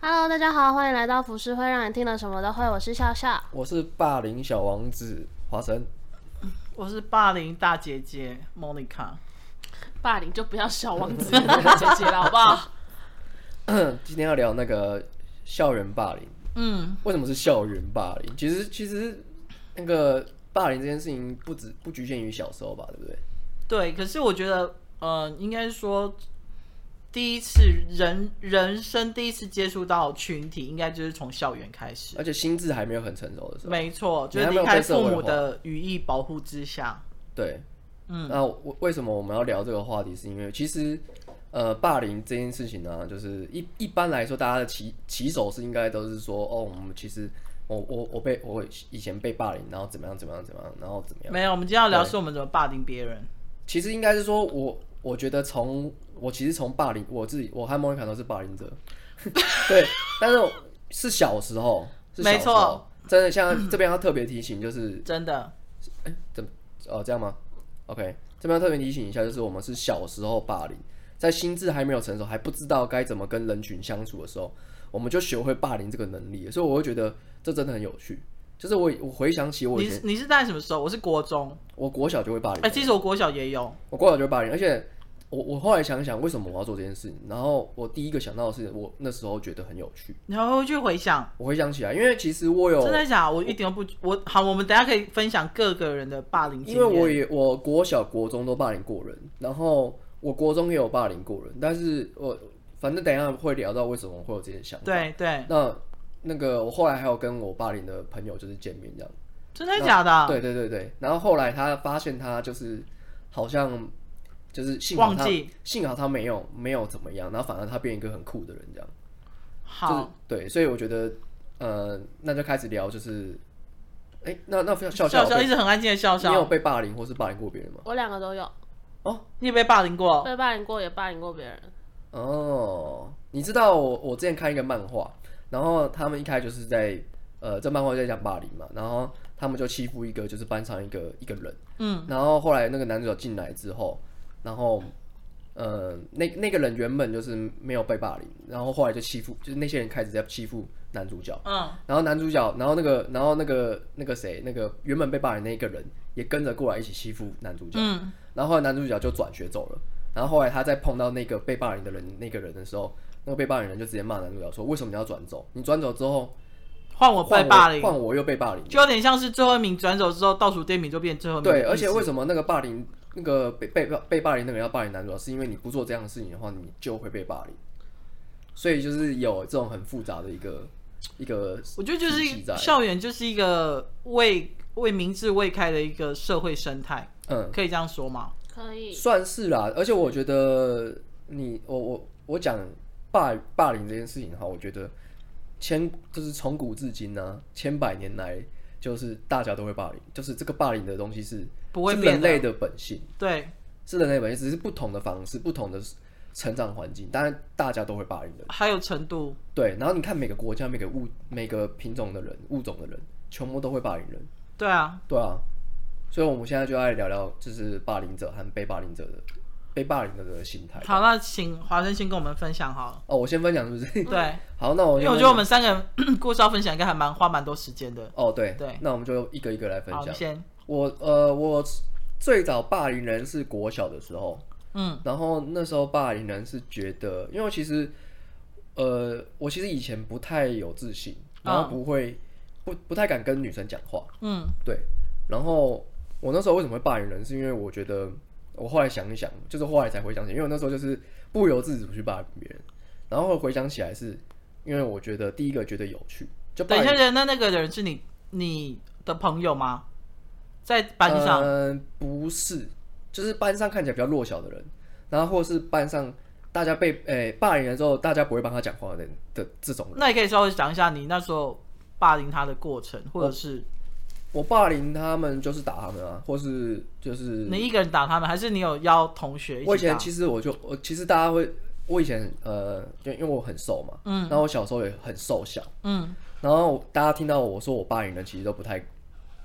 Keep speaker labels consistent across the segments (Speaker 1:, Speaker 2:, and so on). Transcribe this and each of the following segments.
Speaker 1: Hello，大家好，欢迎来到服饰会，让你听了什么都会。我是笑笑，
Speaker 2: 我是霸凌小王子华晨，
Speaker 3: 我是霸凌大姐姐 Monica。
Speaker 4: 霸凌就不要小王子姐姐了，好不好？
Speaker 2: 今天要聊那个校园霸凌。
Speaker 3: 嗯，
Speaker 2: 为什么是校园霸凌？其实其实那个霸凌这件事情不止不局限于小时候吧，对不对？
Speaker 3: 对。可是我觉得，呃，应该说，第一次人人生第一次接触到群体，应该就是从校园开始。
Speaker 2: 而且心智还没有很成熟的时候，
Speaker 3: 没错，就
Speaker 2: 你
Speaker 3: 是
Speaker 2: 还没
Speaker 3: 离
Speaker 2: 有
Speaker 3: 开
Speaker 2: 被社
Speaker 3: 父
Speaker 2: 会
Speaker 3: 母
Speaker 2: 化
Speaker 3: 的羽翼保护之下。
Speaker 2: 对，
Speaker 3: 嗯
Speaker 2: 那我为什么我们要聊这个话题？是因为其实呃，霸凌这件事情呢、就是一一般来说，大家的起起手是应该都是说，哦，我们其实我我我被我以前被霸凌，然后怎么样怎么样怎么样，然后怎么样。
Speaker 3: 没有，我们今天要聊
Speaker 2: 对
Speaker 3: 是我们怎么霸凌别人。
Speaker 2: 其实应该是说我，我觉得从我其实从霸凌我自己，我和莫妮卡都是霸凌者， 对，但是是小时候，是小时
Speaker 3: 没
Speaker 2: 候
Speaker 3: 错，
Speaker 2: 真的像这边要特别提醒，就是
Speaker 3: 真的，
Speaker 2: 哎、怎么哦这样吗？OK，这边要特别提醒一下，就是我们是小时候霸凌，在心智还没有成熟，还不知道该怎么跟人群相处的时候，我们就学会霸凌这个能力了，所以我会觉得这真的很有趣。就是我我回想起我以
Speaker 3: 你
Speaker 2: 前
Speaker 3: 是，你是在什么时候？我是国中。
Speaker 2: 我国小就会霸凌
Speaker 3: 哎、。其实我国小也有。
Speaker 2: 我过了就霸凌，而且我我后来想想，为什么我要做这件事情？然后我第一个想到的是，我那时候觉得很有趣，
Speaker 3: 然后去回想，
Speaker 2: 我回想起来，因为其实我有
Speaker 3: 真，的假的？我一点都不，我好，我们等一下可以分享各个人的霸凌经
Speaker 2: 因
Speaker 3: 验。
Speaker 2: 为我也我国小国中都霸凌过人，然后我国中也有霸凌过人，但是我反正等一下会聊到为什么会有这些想法。
Speaker 3: 对对，
Speaker 2: 那那个我后来还有跟我霸凌的朋友就是见面这样，
Speaker 3: 真的假的啊？
Speaker 2: 对对对对，然后后来他发现他就是好像。就是幸好
Speaker 3: 忘
Speaker 2: 他
Speaker 3: 记，
Speaker 2: 幸好他没有没有怎么样，然后反而他变一个很酷的人这样。就是
Speaker 3: 好，
Speaker 2: 对，所以我觉得，呃，那就开始聊，就是，哎、那那笑
Speaker 3: 笑
Speaker 2: 笑
Speaker 3: 笑
Speaker 2: 有
Speaker 3: 一
Speaker 2: 被，
Speaker 3: 直很安静的笑
Speaker 2: 你有
Speaker 3: 笑。
Speaker 2: 被霸凌或是霸凌过别人吗？
Speaker 1: 我两个都有，
Speaker 3: 你也被霸凌过？
Speaker 1: 被霸凌过也霸凌过别人。
Speaker 2: 哦，你知道我我之前看一个漫画，然后他们一开始就是在，呃，这漫画就在讲霸凌嘛，然后他们就欺负一个就是班上一个一个人，
Speaker 3: 嗯，
Speaker 2: 然后后来那个男主角进来之后，然后。呃，那那个人原本就是没有被霸凌，然后后来就欺负，就是那些人开始在欺负男主角，
Speaker 3: 嗯，
Speaker 2: 然后男主角，然后那个，然后那个那个谁，那个原本被霸凌那一个人也跟着过来一起欺负男主角。
Speaker 3: 嗯，
Speaker 2: 然后后来男主角就转学走了。然后后来他再碰到那个被霸凌的人，那个人的时候，那个被霸凌人就直接骂男主角说：“为什么你要转走？你转走之后，
Speaker 3: 换我
Speaker 2: 换
Speaker 3: 被
Speaker 2: 我
Speaker 3: 霸凌，
Speaker 2: 换我又被霸凌。
Speaker 3: 就有点像是最后一名转走之后，倒数第一名就变最后”一名的意
Speaker 2: 对，
Speaker 3: 思。
Speaker 2: 而且为什么那个霸凌那个被被被霸凌那个人要霸凌男主角，是因为你不做这样的事情的话，你就会被霸凌。所以就是有这种很复杂的一个一个
Speaker 3: 我觉得就
Speaker 2: 体系在
Speaker 3: 是校园就是一个未未明智未开的一个社会生态，
Speaker 2: 嗯。
Speaker 3: 可以这样说吗？
Speaker 1: 可以，
Speaker 2: 算是啦、而且我觉得你我我我讲霸霸凌这件事情哈，我觉得千就是从古至今呢、啊千百年来就是大家都会霸凌，就是这个霸凌的东西是
Speaker 3: 不会
Speaker 2: 是
Speaker 3: 变
Speaker 2: 人
Speaker 3: 的
Speaker 2: 类的本性，
Speaker 3: 对，
Speaker 2: 是人类的本性，只是不同的方式、不同的成长环境，当然大家都会霸凌的。
Speaker 3: 还有程度，
Speaker 2: 对，然后你看每个国家、每个物、每个品种的人、物种的人，全部都会霸凌人，
Speaker 3: 对啊，
Speaker 2: 对啊。所以我们现在就来聊聊，就是霸凌者和被霸凌者的被霸凌者的心态。
Speaker 3: 好，那请华生先跟我们分享好了。
Speaker 2: 哦，我先分享是不是？
Speaker 3: 对，
Speaker 2: 好，那我
Speaker 3: 因
Speaker 2: 先
Speaker 3: 为
Speaker 2: 分
Speaker 3: 我觉得我
Speaker 2: 享
Speaker 3: 们三个 人故事要分享，应该还蛮花蛮多时间的。
Speaker 2: 哦，对
Speaker 3: 对
Speaker 2: 那我们就一个一个来分
Speaker 3: 好，你
Speaker 2: 享。
Speaker 3: 先，
Speaker 2: 我呃，我最早霸凌人是国小的时候，
Speaker 3: 嗯，
Speaker 2: 然后那时候霸凌人是觉得，因为其实呃，我其实以前不太有自信，然后不会、不不太敢跟女生讲话，
Speaker 3: 嗯，
Speaker 2: 对。然后我那时候为什么会霸凌人，是因为我觉得我后来想一想，就是后来才回想起来，因为哎我那时候就是不由自主去霸凌别人，然后回想起来是因为我觉得第一个觉得有趣，就霸
Speaker 3: 等
Speaker 2: 凌
Speaker 3: 一下，人那那个人是你你的朋友吗？在班上，
Speaker 2: 嗯、不是，就是班上看起来比较弱小的人，然后或是班上大家被诶、霸凌了之后，大家不会帮他讲话的人的这种人。
Speaker 3: 那你可以稍微讲一下你那时候霸凌他的过程，或者是
Speaker 2: 哦我霸凌他们就是打他们啊，或是就是
Speaker 3: 你一个人打他们，还是你有邀同学
Speaker 2: 嗯我
Speaker 3: 一
Speaker 2: 以
Speaker 3: 起打
Speaker 2: 前？其实我就我其实大家会，我以前呃，就因为我很瘦嘛，
Speaker 3: 嗯
Speaker 2: 然后我小时候也很瘦小，
Speaker 3: 嗯，
Speaker 2: 然后大家听到我说我霸凌人，其实都不太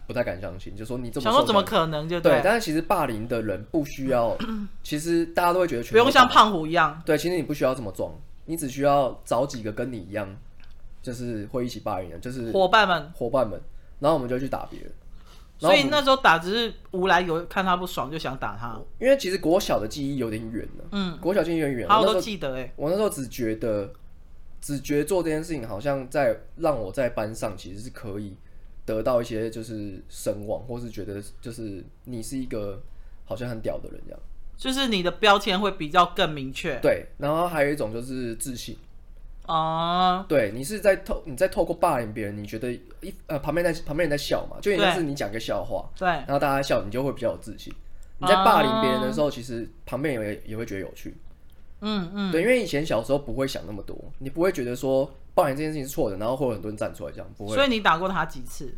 Speaker 2: 不太敢相信，就说你这么
Speaker 3: 想
Speaker 2: 瘦
Speaker 3: 说
Speaker 2: 小
Speaker 3: 怎么可能就
Speaker 2: 对，
Speaker 3: 了
Speaker 2: 但是其实霸凌 的人不需要，其实大家都会觉得全
Speaker 3: 不用
Speaker 2: 部
Speaker 3: 像
Speaker 2: 霸
Speaker 3: 胖虎一样，
Speaker 2: 对，其实你不需要这么壮，你只需要找几个跟你一样，就是会一起霸凌的，就是
Speaker 3: 伙伴们。
Speaker 2: 伙伴们，然后我们就去打别人。然后
Speaker 3: 所
Speaker 2: 我
Speaker 3: 以
Speaker 2: 们
Speaker 3: 那时候打只是无来由看他不爽就想打他，
Speaker 2: 因为其实国小的记忆有点远了，
Speaker 3: 嗯，
Speaker 2: 国小记忆有点远。
Speaker 3: 好，
Speaker 2: 我那
Speaker 3: 我
Speaker 2: 时
Speaker 3: 都
Speaker 2: 候
Speaker 3: 记得哎、
Speaker 2: 我那时候只觉得，只觉得做这件事情好像在让我在班上其实是可以得到一些就是声望，或是觉得就是你是一个好像很屌的人这样。
Speaker 3: 就是你的标签会比较更明确
Speaker 2: 对，然后还有一种就是自信，
Speaker 3: 啊、
Speaker 2: 对你是在透你在透过霸凌别人，你觉得一呃旁边在旁边人在笑嘛，就有点像是你讲个笑话，
Speaker 3: 对
Speaker 2: 然后大家笑，你就会比较有自信。你在霸凌别人的时候，其实旁边也也会觉得有趣，
Speaker 3: 嗯嗯，
Speaker 2: 对，因为以前小时候不会想那么多，你不会觉得说霸凌这件事情是错的，然后会有很多人站出来这样，不会，
Speaker 3: 所以你打过他几次？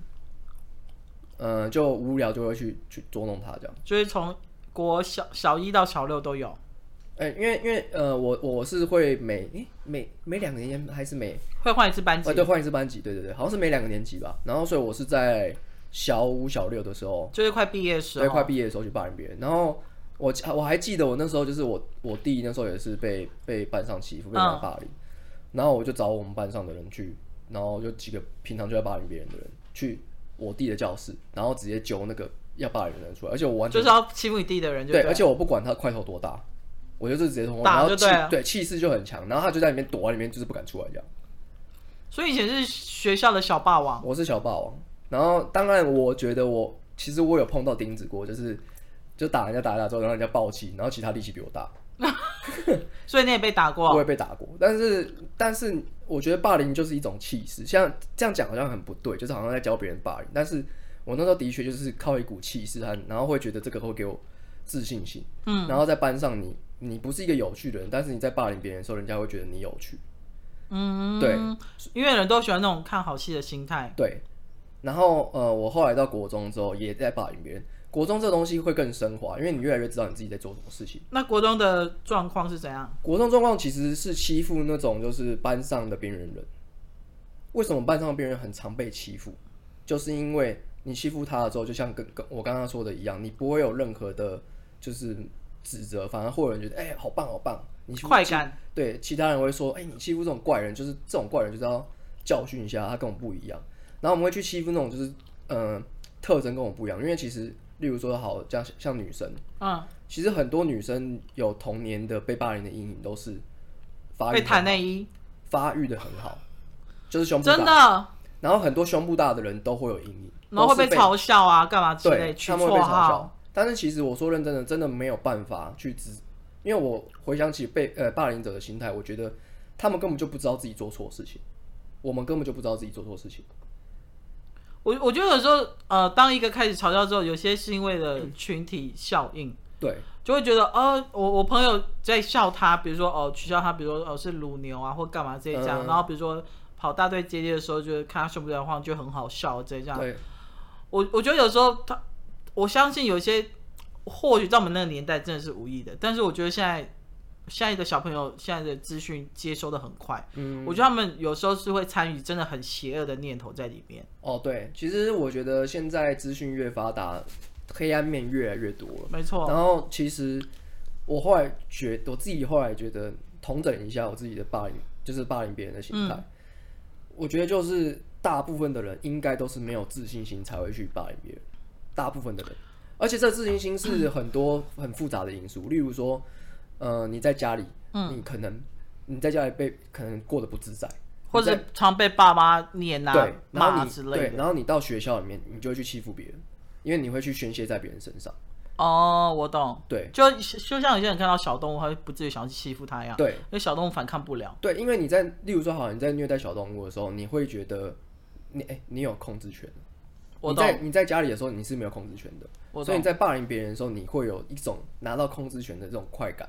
Speaker 2: 嗯、就无聊就会去去捉弄他这样。
Speaker 3: 就是从国小小一到小六都有，
Speaker 2: 哎、因为因为呃，我我是会每诶每每两个年还是每
Speaker 3: 会换一次班级
Speaker 2: 呃，对换一次班级，对对对，好像是每两个年级吧。然后所以我是在小五小六的时候，
Speaker 3: 就是哦快毕业的时
Speaker 2: 对，快
Speaker 3: 候，
Speaker 2: 毕业的时候去霸凌别人。然后我记我还记得我那时候就是我我弟那时候也是被被班上欺负，被人家霸凌。
Speaker 3: 嗯
Speaker 2: 然后我就找我们班上的人去，然后就几个平常就在霸凌别人的人去我弟的教室，然后直接揪那个要霸凌的人出来，而且我完全
Speaker 3: 就是要欺负你弟的人就
Speaker 2: 对，
Speaker 3: 了
Speaker 2: 而且我不管他块头多大，我就是直接通过，
Speaker 3: 打
Speaker 2: 然后
Speaker 3: 就
Speaker 2: 气
Speaker 3: 对了
Speaker 2: 对气势就很强，然后他就在里面躲在里面，就是不敢出来这样。
Speaker 3: 所以以前是学校的小霸王，
Speaker 2: 我是小霸王，然后当然我觉得我其实我有碰到钉子过，就是就打人家打一打之后，然后人家暴气，然后其他力气比我大，
Speaker 3: 所以你也被打
Speaker 2: 我
Speaker 3: 过，
Speaker 2: 也被打过。但是但是我觉得霸凌就是一种气势，像这样讲好像很不对，就是好像在教别人霸凌。但是我那时候的确就是靠一股气势，和然后会觉得这个会给我自信心。嗯，然后在班上你你不是一个有趣的人，但是你在霸凌别人的时候，人家会觉得你有趣。
Speaker 3: 嗯，
Speaker 2: 对，
Speaker 3: 因为人都喜欢那种看好戏的心态，
Speaker 2: 对，然后呃，我后来到国中之后也在霸凌别人。国中这东西会更升华，因为你越来越知道你自己在做什么事情。
Speaker 3: 那国中的状况是怎样？
Speaker 2: 国中状况其实是欺负那种就是班上的边缘人。为什么班上的边缘人很常被欺负？就是因为你欺负他的时候，就像跟跟我刚刚说的一样，你不会有任何的，就是指责，反而会有人觉得，哎、好棒，好棒，你欺负
Speaker 3: 快感，
Speaker 2: 对，其他人会说：“哎、你欺负这种怪人，就是这种怪人就是要教训一下，他跟我们不一样。”然后我们会去欺负那种就是嗯、呃、特征跟我们不一样，因为其实例如说好像像女生，
Speaker 3: 嗯，
Speaker 2: 其实很多女生有童年的被霸凌的阴影，都是发育
Speaker 3: 被
Speaker 2: 很
Speaker 3: 弹内衣，
Speaker 2: 发育的很好，就是胸部
Speaker 3: 真
Speaker 2: 大，
Speaker 3: 的，
Speaker 2: 然后很多胸部大的人都会有阴影，
Speaker 3: 然后会
Speaker 2: 都是
Speaker 3: 被嘲笑啊，干嘛之类，
Speaker 2: 对，
Speaker 3: 取
Speaker 2: 他们会被
Speaker 3: 绰
Speaker 2: 嘲
Speaker 3: 号，
Speaker 2: 笑。但是其实我说认真的，真的没有办法去指，因为我回想起被呃霸凌者的心态，我觉得他们根本就不知道自己做错事情，我们根本就不知道自己做错事情。
Speaker 3: 我我觉得有时候，呃，当一个开始嘲笑之后，有些是因为了群体效应，
Speaker 2: 对，
Speaker 3: 就会觉得，哦，我我朋友在笑他，比如说哦取笑他，比如说哦是乳牛啊或干嘛这一这样，
Speaker 2: 嗯
Speaker 3: 然后比如说跑大队接力的时候，就是看他胸部在晃，就很好笑这一这样。
Speaker 2: 对，
Speaker 3: 我我觉得有时候他，我相信有些或许在我们那个年代真的是无意的，但是我觉得现在现在的小朋友现在的资讯接收的很快，
Speaker 2: 嗯，
Speaker 3: 我觉得他们有时候是会参与真的很邪恶的念头在里面。
Speaker 2: 哦对，其实我觉得现在资讯越发达，黑暗面越来越多了。
Speaker 3: 没错，
Speaker 2: 然后其实我后来觉，我自己后来觉得统整一下我自己的霸凌，就是霸凌别人的心
Speaker 3: 嗯
Speaker 2: 态。我觉得就是大部分的人应该都是没有自信心才会去霸凌别人，大部分的人，而且这自信心是很多很复杂的因
Speaker 3: 嗯
Speaker 2: 素，例如说，呃，你在家里，你可能你在家里被可能过得不自在，
Speaker 3: 或者是常被爸妈念啊
Speaker 2: 对、，然
Speaker 3: 骂
Speaker 2: 后
Speaker 3: 啊
Speaker 2: 你
Speaker 3: 之类
Speaker 2: 对，
Speaker 3: 的。
Speaker 2: 然后你到学校里面，你就会去欺负别人，因为你会去宣泄在别人身上，
Speaker 3: 哦，我懂，
Speaker 2: 对
Speaker 3: 就就像有些人看到小动物，他会不自觉想要去欺负它一样，
Speaker 2: 对。
Speaker 3: 因为小动物反抗不了。
Speaker 2: 对，因为你在，例如说，好，你在虐待小动物的时候，你会觉得你哎、你有控制权。
Speaker 3: 我
Speaker 2: 你
Speaker 3: 懂，
Speaker 2: 在你在家里的时候，你是没有控制权的，
Speaker 3: 我
Speaker 2: 所以
Speaker 3: 懂
Speaker 2: 你。在霸凌别人的时候，你会有一种拿到控制权的这种快感。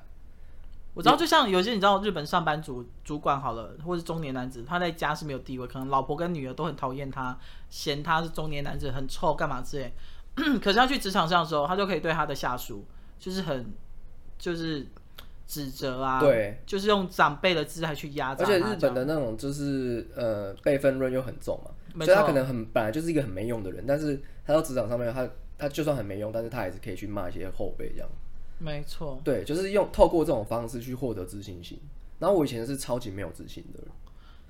Speaker 3: 我知道，就像有些你知道日本上班族主管好了，或是中年男子，他在家是没有地位，可能老婆跟女儿都很讨厌他，嫌他是中年男子很臭，干嘛之类。可是他去职场上的时候，他就可以对他的下属就是很就是指责啊，
Speaker 2: 对，
Speaker 3: 就是用长辈的姿态去压榨
Speaker 2: 而
Speaker 3: 他这
Speaker 2: 且
Speaker 3: 样。
Speaker 2: 日本的那种就是呃辈分论又很重嘛，
Speaker 3: 没
Speaker 2: 所以他
Speaker 3: 错
Speaker 2: 可能很本来就是一个很没用的人，但是他到职场上面，他他就算很没用，但是他还是可以去骂一些后辈这样。
Speaker 3: 没错，
Speaker 2: 对，就是用透过这种方式去获得自信心。然后我以前是超级没有自信的人，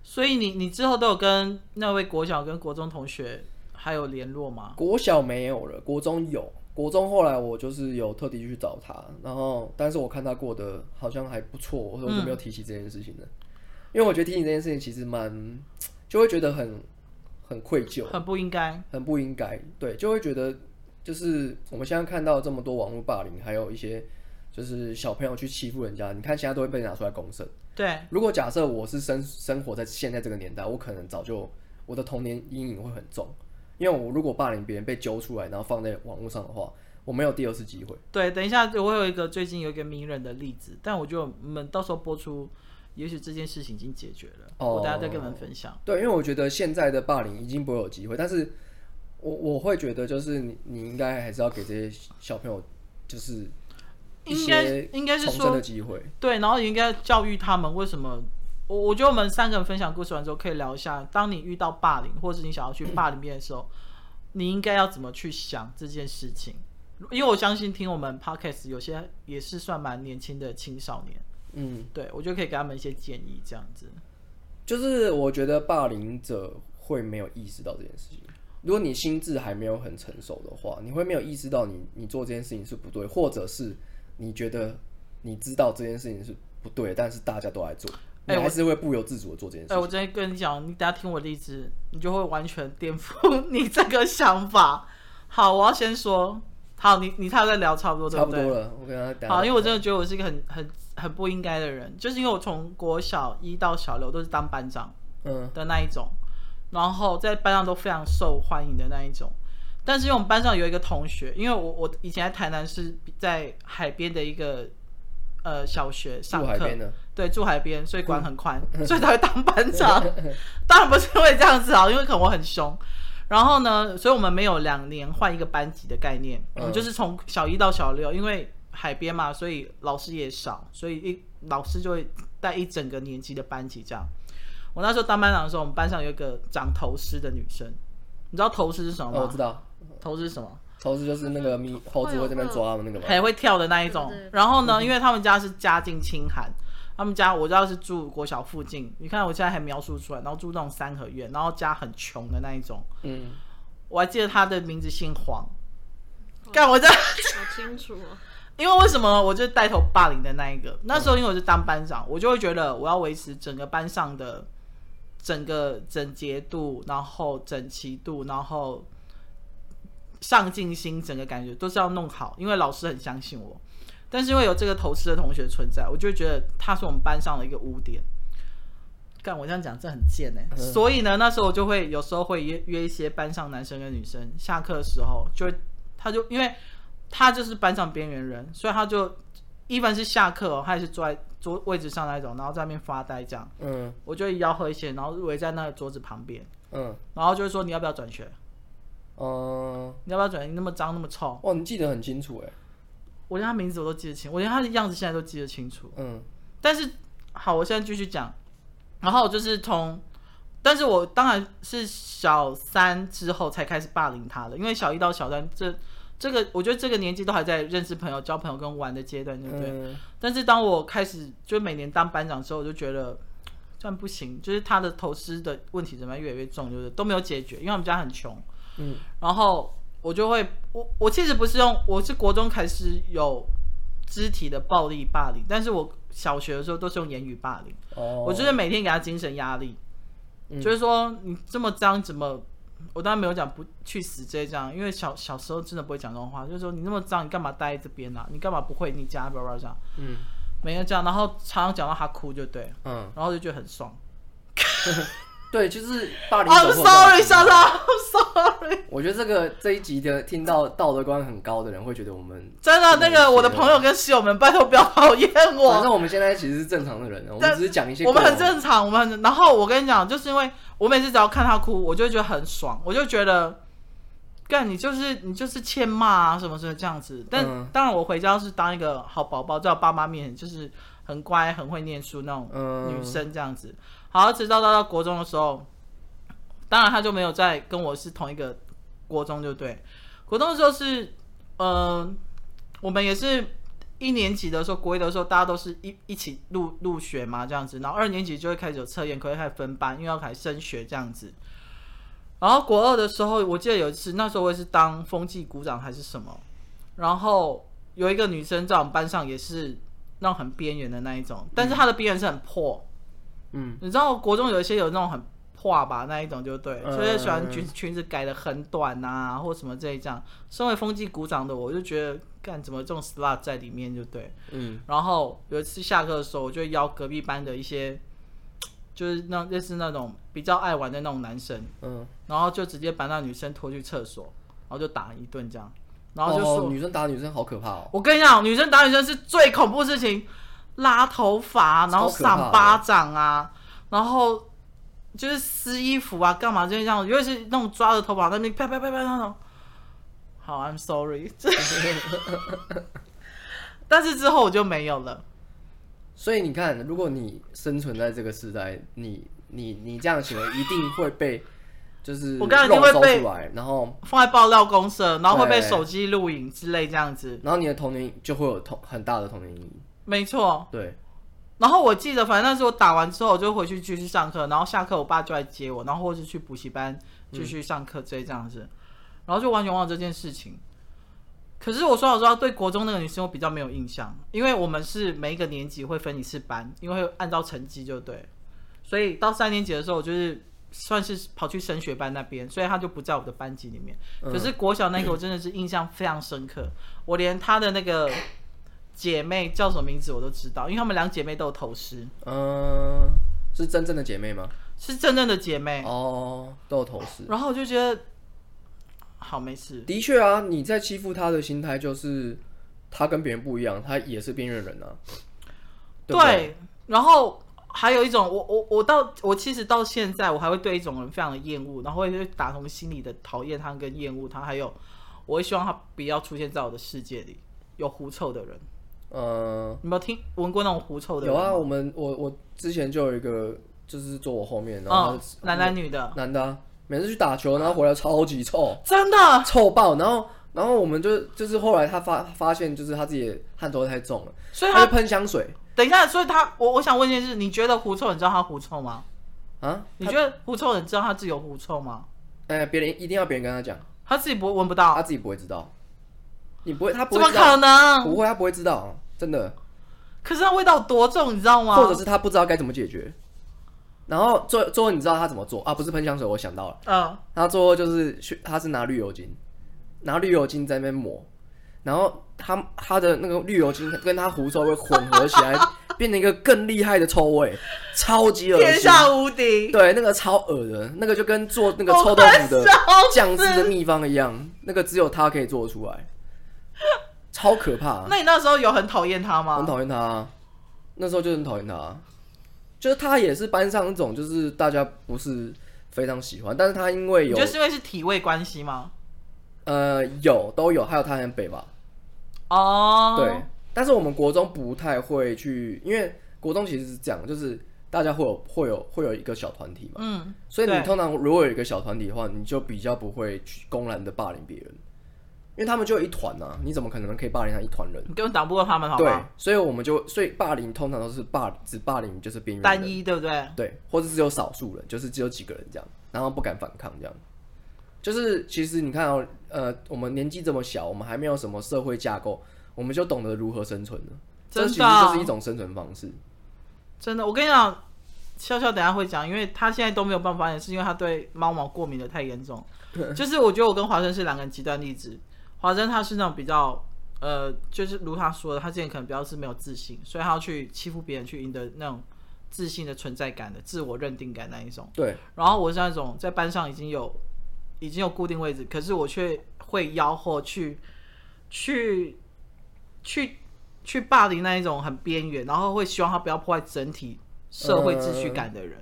Speaker 3: 所以你你之后都有跟那位国小跟国中同学还有联络吗？
Speaker 2: 国小没有了，国中有。国中后来我就是有特地去找他，然后但是我看他过得好像还不错，我说我就没有提起这件事情了，
Speaker 3: 嗯
Speaker 2: 因为我觉得提起这件事情其实蛮，就会觉得很很愧疚，
Speaker 3: 很不应该。
Speaker 2: 很不应该，对，就会觉得就是我们现在看到这么多网络霸凌，还有一些就是小朋友去欺负人家，你看现在都会被拿出来公审。
Speaker 3: 对，
Speaker 2: 如果假设我是生生活在现在这个年代，我可能早就我的童年阴影会很重，因为我如果霸凌别人被揪出来，然后放在网络上的话，我没有第二次机会。
Speaker 3: 对，等一下我有一个最近有一个名人的例子，但我觉得我们到时候播出，也许这件事情已经解决了，
Speaker 2: 哦
Speaker 3: 我大家再跟你们分享。
Speaker 2: 对，因为我觉得现在的霸凌已经不会有机会，但是我我会觉得就是你你应该还是要给这些小朋友就是一
Speaker 3: 应该
Speaker 2: 些
Speaker 3: 应该是
Speaker 2: 重
Speaker 3: 说
Speaker 2: 生的机会。
Speaker 3: 对，然后也应该教育他们为什么。我我觉得我们三个人分享故事完之后，可以聊一下，当你遇到霸凌，或者是你想要去霸凌别人的时候，你应该要怎么去想这件事情？因为我相信听我们 podcast 有些也是算蛮年轻的青少年，
Speaker 2: 嗯，
Speaker 3: 对我觉得可以给他们一些建议，这样子。
Speaker 2: 就是我觉得霸凌者会没有意识到这件事情。如果你心智还没有很成熟的话，你会没有意识到你你做这件事情是不对，或者是你觉得你知道这件事情是不对，但是大家都来做，你
Speaker 3: 哎我
Speaker 2: 还是会不由自主的做这件事
Speaker 3: 哎、
Speaker 2: 情。
Speaker 3: 我真的跟你讲，你等下听我例子，你就会完全颠覆 你这个想法。好，我要先说，好，你你差不多聊差不多，对
Speaker 2: 差
Speaker 3: 不
Speaker 2: 不
Speaker 3: 对？
Speaker 2: 多了，我跟他打。
Speaker 3: 好，因为我真的觉得我是一个很很很不应该的人，就是因为我从国小一到小六都是当班长
Speaker 2: 嗯，
Speaker 3: 的那一种，然后在班上都非常受欢迎的那一种。但是因为我们班上有一个同学，因为我我以前在台南是在海边的一个呃小学上
Speaker 2: 住海
Speaker 3: 课，
Speaker 2: 边的，
Speaker 3: 对，住海边，所以管很宽，
Speaker 2: 嗯
Speaker 3: 所以他会当班 长。 当然不是因为这样子啊，因为可能我很凶。然后呢，所以我们没有两年换一个班级的概念，我们
Speaker 2: 嗯
Speaker 3: 就是从小一到小六，因为海边嘛，所以老师也少，所以一老师就会带一整个年级的班级这样。我那时候当班长的时候，我们班上有一个长头丝的女生，你知道头丝是什么
Speaker 2: 哦，我
Speaker 3: 吗
Speaker 2: 知？道，
Speaker 3: 头丝是什么？
Speaker 2: 猴子就是那个咪猴子会这边抓他们那个嘛。
Speaker 3: 还会跳的那一种
Speaker 1: 对对。
Speaker 3: 然后呢，因为他们家是家境清寒，他们家我知道是住国小附近。你看我现在还描述出来，然后住那种三合院，然后家很穷的那一种。
Speaker 2: 嗯，
Speaker 3: 我还记得他的名字姓黄。干，我在，
Speaker 4: 好清楚哦。
Speaker 3: 因为为什么我就是带头霸凌的那一个？那时候因为我是当班长，我就会觉得我要维持整个班上的整个整洁度，然后整齐度，然后上进心，整个感觉都是要弄好，因为老师很相信我。但是因为有这个头师的同学存在，我就会觉得他是我们班上的一个污点。干，我这样讲这很贱哎、
Speaker 2: 嗯
Speaker 3: 所以呢，那时候我就会有时候会约约一些班上男生跟女生，下课的时候就会，他就因为他就是班上边缘人，所以他就一凡是下课、哦，他也是坐在桌位置上那一种，然后在那边发呆这样。
Speaker 2: 嗯
Speaker 3: 我就会吆喝一些，然后围在那个桌子旁边，
Speaker 2: 嗯
Speaker 3: 然后就会说你要不要转学？
Speaker 2: 嗯，
Speaker 3: 你要不要转学？你那么脏那么臭，
Speaker 2: 哇，你记得很清楚哎，
Speaker 3: 我连他名字我都记得清，我连他的样子现在都记得清楚。
Speaker 2: 嗯
Speaker 3: 但是好，我现在继续讲。然后就是从，但是我当然是小三之后才开始霸凌他的，因为小一到小三这这个，我觉得这个年纪都还在认识朋友、交朋友跟玩的阶段，对不对？
Speaker 2: 嗯
Speaker 3: 但是当我开始就每年当班长之后，我就觉得这样不行，就是他的投资的问题怎么样越来越重，就是都没有解决，因为我们家很穷。
Speaker 2: 嗯，
Speaker 3: 然后我就会，我我其实不是用，我是国中开始有肢体的暴力霸凌，但是我小学的时候都是用言语霸凌，
Speaker 2: 哦，
Speaker 3: 我就是每天给他精神压力，
Speaker 2: 嗯
Speaker 3: 就是说你这么脏怎么？我当然没有讲不去死这一样，因为小小时候真的不会讲这种话，就是说你那么脏，你干嘛待在这边啊？你干嘛不回你家？叭叭叭这样。
Speaker 2: 嗯
Speaker 3: 每天这样，然后常常讲到他哭就对，
Speaker 2: 嗯，
Speaker 3: 然后就觉得很爽。
Speaker 2: 对，就是霸凌者
Speaker 3: I'm
Speaker 2: 会有这样的
Speaker 3: 哦啊 sorry，
Speaker 2: 情况
Speaker 3: 莎莎，I'm sorry。
Speaker 2: 我觉得这个这一集的听到道德观很高的人会觉得我们
Speaker 3: 真的，那个我的朋友，跟室友们，拜托不要讨厌
Speaker 2: 反
Speaker 3: 我，
Speaker 2: 正我们现在其实是正常的人啊，我
Speaker 3: 但
Speaker 2: 们只是讲一些
Speaker 3: 我们很
Speaker 2: 个人
Speaker 3: 正常，我们很。然后我跟你讲，就是因为我每次只要看他哭，我就会觉得很爽，我就觉得，干你就是你就是欠骂啊什么什么这样子。但、
Speaker 2: 嗯
Speaker 3: 当然，我回家是当一个好宝宝，在我爸妈面前就是很乖、很会念书那种。
Speaker 2: 嗯
Speaker 3: 女生这样子。好，直到到到国中的时候，当然他就没有再跟我是同一个呃国中，就对。国中的时候是，嗯、我们也是一一年级的时候，国一的时候，大家都是一一起入入学嘛，这样子。然后二年级就会开始有测验，可以开始分班，因为要开始升学这样子。然后国二的时候，我记得有一次，那时候我也是当风纪股长还是什么，然后有一个女生在我们班上也是那种很边缘的那一种，但是她的边缘是很破，
Speaker 2: 嗯，
Speaker 3: 你知道国中有一些有那种很破吧那一种就对，
Speaker 2: 嗯
Speaker 3: 所以喜欢裙裙子改的很短啊，或什么这一这样。身为风纪股长的我，我就觉得干怎么这种 slut 在里面就对。
Speaker 2: 嗯，
Speaker 3: 然后有一次下课的时候，我就邀隔壁班的一些，就是那类似那种比较爱玩的那种男生，
Speaker 2: 嗯，
Speaker 3: 然后就直接把那女生拖去厕所，然后就打一顿这样，然后就说
Speaker 2: 哦、女生打女生好可怕哦，
Speaker 3: 我跟你讲，女生打女生是最恐怖的事情，拉头发，然后赏巴掌啊，然后就是撕衣服啊，干嘛就是这样，尤其是那种抓着头发那边啪啪啪啪那种。好，I'm sorry，这但是之后我就没有了。
Speaker 2: 所以你看，如果你生存在这个时代，你你你这样行为一定会被，就是
Speaker 3: 我刚才一定会
Speaker 2: 肉搜
Speaker 3: 被
Speaker 2: 出来，然后
Speaker 3: 放在爆料公社，然后会被
Speaker 2: 对
Speaker 3: 手机录影之类这样子，
Speaker 2: 然后你的童年就会有童很大的童年阴影。
Speaker 3: 没错。
Speaker 2: 对，
Speaker 3: 然后我记得，反正那时候打完之后，我就回去继续上课，然后下课我爸就来接我，然后或者是去补习班继续上课，这这样子，然后就完全忘了这件事情。可是我说老实话，对国中那个女生我比较没有印象，因为我们是每一个年级会分一次班，因为会按照成绩就对，所以到三年级的时候，我就是算是跑去升学班那边，所以她就不在我的班级里面。可
Speaker 2: 嗯
Speaker 3: 是国小那个我真的是印象非常深刻，我连她的那个姐妹叫什么名字我都知道，因为她们两姐妹都有头虱，
Speaker 2: 嗯、是真正的姐妹吗？
Speaker 3: 是真正的姐妹。
Speaker 2: 哦，都有头饰。
Speaker 3: 然后我就觉得，好没事，
Speaker 2: 的确啊，你在欺负她的心态就是，她跟别人不一样，她也是边缘人啊。对不对
Speaker 3: 然后还有一种，我我我到我其实到现在，我还会对一种人非常的厌恶，然后会打从心里的讨厌他跟厌恶他，还有我会希望他不要出现在我的世界里。有狐臭的人，
Speaker 2: 嗯、
Speaker 3: 你没有听闻过那种狐臭的
Speaker 2: 有
Speaker 3: 人吗？
Speaker 2: 啊，我们我我之前就有一个，就是坐我后面，然后
Speaker 3: 嗯，男男女的，
Speaker 2: 男的啊、每次去打球，然后回来超级臭，
Speaker 3: 真的，
Speaker 2: 臭爆。然后然后我们就就是后来他发发现，就是他自己的汗头太重了，
Speaker 3: 所以
Speaker 2: 他
Speaker 3: 他
Speaker 2: 就喷香水
Speaker 3: 等一下，所以他，我我想问一件事，你觉得狐臭，你知道他狐臭吗？
Speaker 2: 啊。
Speaker 3: 你觉得狐臭，你知道他自己有狐臭吗？
Speaker 2: 哎，别人一定要别人跟他讲，
Speaker 3: 他自己不闻不到，
Speaker 2: 他自己不会知道，你不会，他不
Speaker 3: 怎
Speaker 2: 会
Speaker 3: 么
Speaker 2: 知道，
Speaker 3: 可能？
Speaker 2: 不会，他不会知道，真的。
Speaker 3: 可是那味道多重，你知道吗？
Speaker 2: 或者是他不知道该怎么解决。然后最最后你知道他怎么做啊？不是喷香水，我想到了，
Speaker 3: 嗯，
Speaker 2: 他最后就是去，他是拿绿油精，拿绿油精在那边抹，然后他他的那个绿油精跟他狐臭味混合起 来，变成一个更厉害的臭味，超级恶
Speaker 3: 天
Speaker 2: 心。
Speaker 3: 下无敌。
Speaker 2: 对，那个超恶的，那个就跟做那个
Speaker 3: 我
Speaker 2: 臭豆腐
Speaker 3: 快
Speaker 2: 的啊
Speaker 3: 笑死
Speaker 2: 酱汁的秘方一样，那个只有他可以做得出来，超可怕、
Speaker 3: 那你那时候有很讨厌他
Speaker 2: 很
Speaker 3: 吗？
Speaker 2: 讨厌他、啊，那时候就很讨厌他、啊，就是他也是班上那种，就是大家不是非常喜欢，但是他因为
Speaker 3: 你
Speaker 2: 有
Speaker 3: 觉得是因为是体味关系吗？
Speaker 2: 呃有都有，还有他很北吧，
Speaker 3: 哦，
Speaker 2: 对，，但是我们国中不太会去，因为国中其实是这样，就是大家会有会有会有一个小团体嘛，
Speaker 3: 嗯，
Speaker 2: 所以你
Speaker 3: 对
Speaker 2: 通常如果有一个小团体的话，你就比较不会去公然的霸凌别人，因为他们就一团啊，你怎么可能可以霸凌他一团人？
Speaker 3: 你根本打不过他们，好不
Speaker 2: 对
Speaker 3: 好？，
Speaker 2: 所以我们就所以霸凌通常都是霸只霸凌就是边缘人
Speaker 3: 单一，对不对？
Speaker 2: 对，或者只有少数人，就是只有几个人这样，然后不敢反抗这样。就是其实你看哦，呃，我们年纪这么小，我们还没有什么社会架构，我们就懂得如何生存了。这
Speaker 3: 真
Speaker 2: 其实
Speaker 3: 的哦
Speaker 2: 就是一种生存方式。
Speaker 3: 真的，我跟你讲，笑笑等一下会讲，因为他现在都没有办法，也是因为他对猫毛过敏的太严重。就是我觉得我跟华生是两个人极端例子。华生他是那种比较，呃，就是如他说的，他之前可能比较是没有自信，所以他要去欺负别人去赢得那种自信的存在感的自我认定感那一种。
Speaker 2: 对，
Speaker 3: 然后我是那种在班上已经有已经有固定位置，可是我却会吆喝去去去去霸凌那一种很边缘，然后会希望他不要破坏整体社会秩序感的人。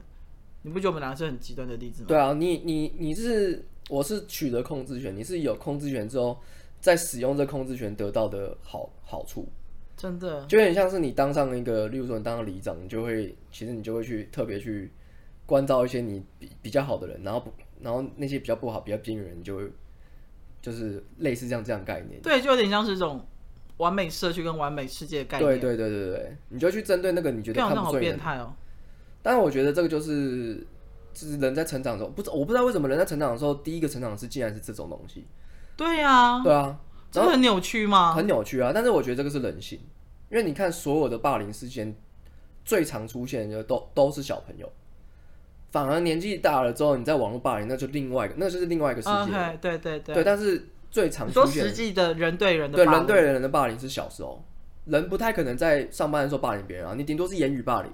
Speaker 3: 你不觉得我们两个是很极端的例子吗？
Speaker 2: 对啊，你你你是我是取得控制权，你是有控制权之后，再使用这控制权得到的好好处。
Speaker 3: 真的，
Speaker 2: 就有点像是你当上一个，例如说你当上里长，你就会其实你就会去特别去关照一些你比比较好的人，然后不然后那些比较不好、比较边缘人，你就会就是类似这样这样的概念。
Speaker 3: 对，就有点像是这种完美社区跟完美世界的概念。
Speaker 2: 对对对对对，你就去针对那个你觉得
Speaker 3: 干我
Speaker 2: 看
Speaker 3: 这
Speaker 2: 不
Speaker 3: 好
Speaker 2: 顺眼
Speaker 3: 变
Speaker 2: 的
Speaker 3: 态哦！
Speaker 2: 但我觉得这个就是，就是人在成长的时候，不知我不知道为什么人在成长的时候，第一个成长是竟然是这种东西，
Speaker 3: 对呀、
Speaker 2: 对啊，
Speaker 3: 这不很扭曲吗？
Speaker 2: 很扭曲啊。但是我觉得这个是人性，因为你看所有的霸凌事件，最常出现的都都是小朋友，反而年纪大了之后，你在网络霸凌，那就另外一个，那就是另外一个世界。
Speaker 3: OK，对啊对
Speaker 2: 对，但是最常
Speaker 3: 你
Speaker 2: 出
Speaker 3: 说
Speaker 2: 现
Speaker 3: 实际的人对人的
Speaker 2: 对
Speaker 3: 霸
Speaker 2: 人
Speaker 3: 凌
Speaker 2: 对人的霸凌是小时候，人不太可能在上班的时候霸凌别人啊，你顶多是言语霸凌。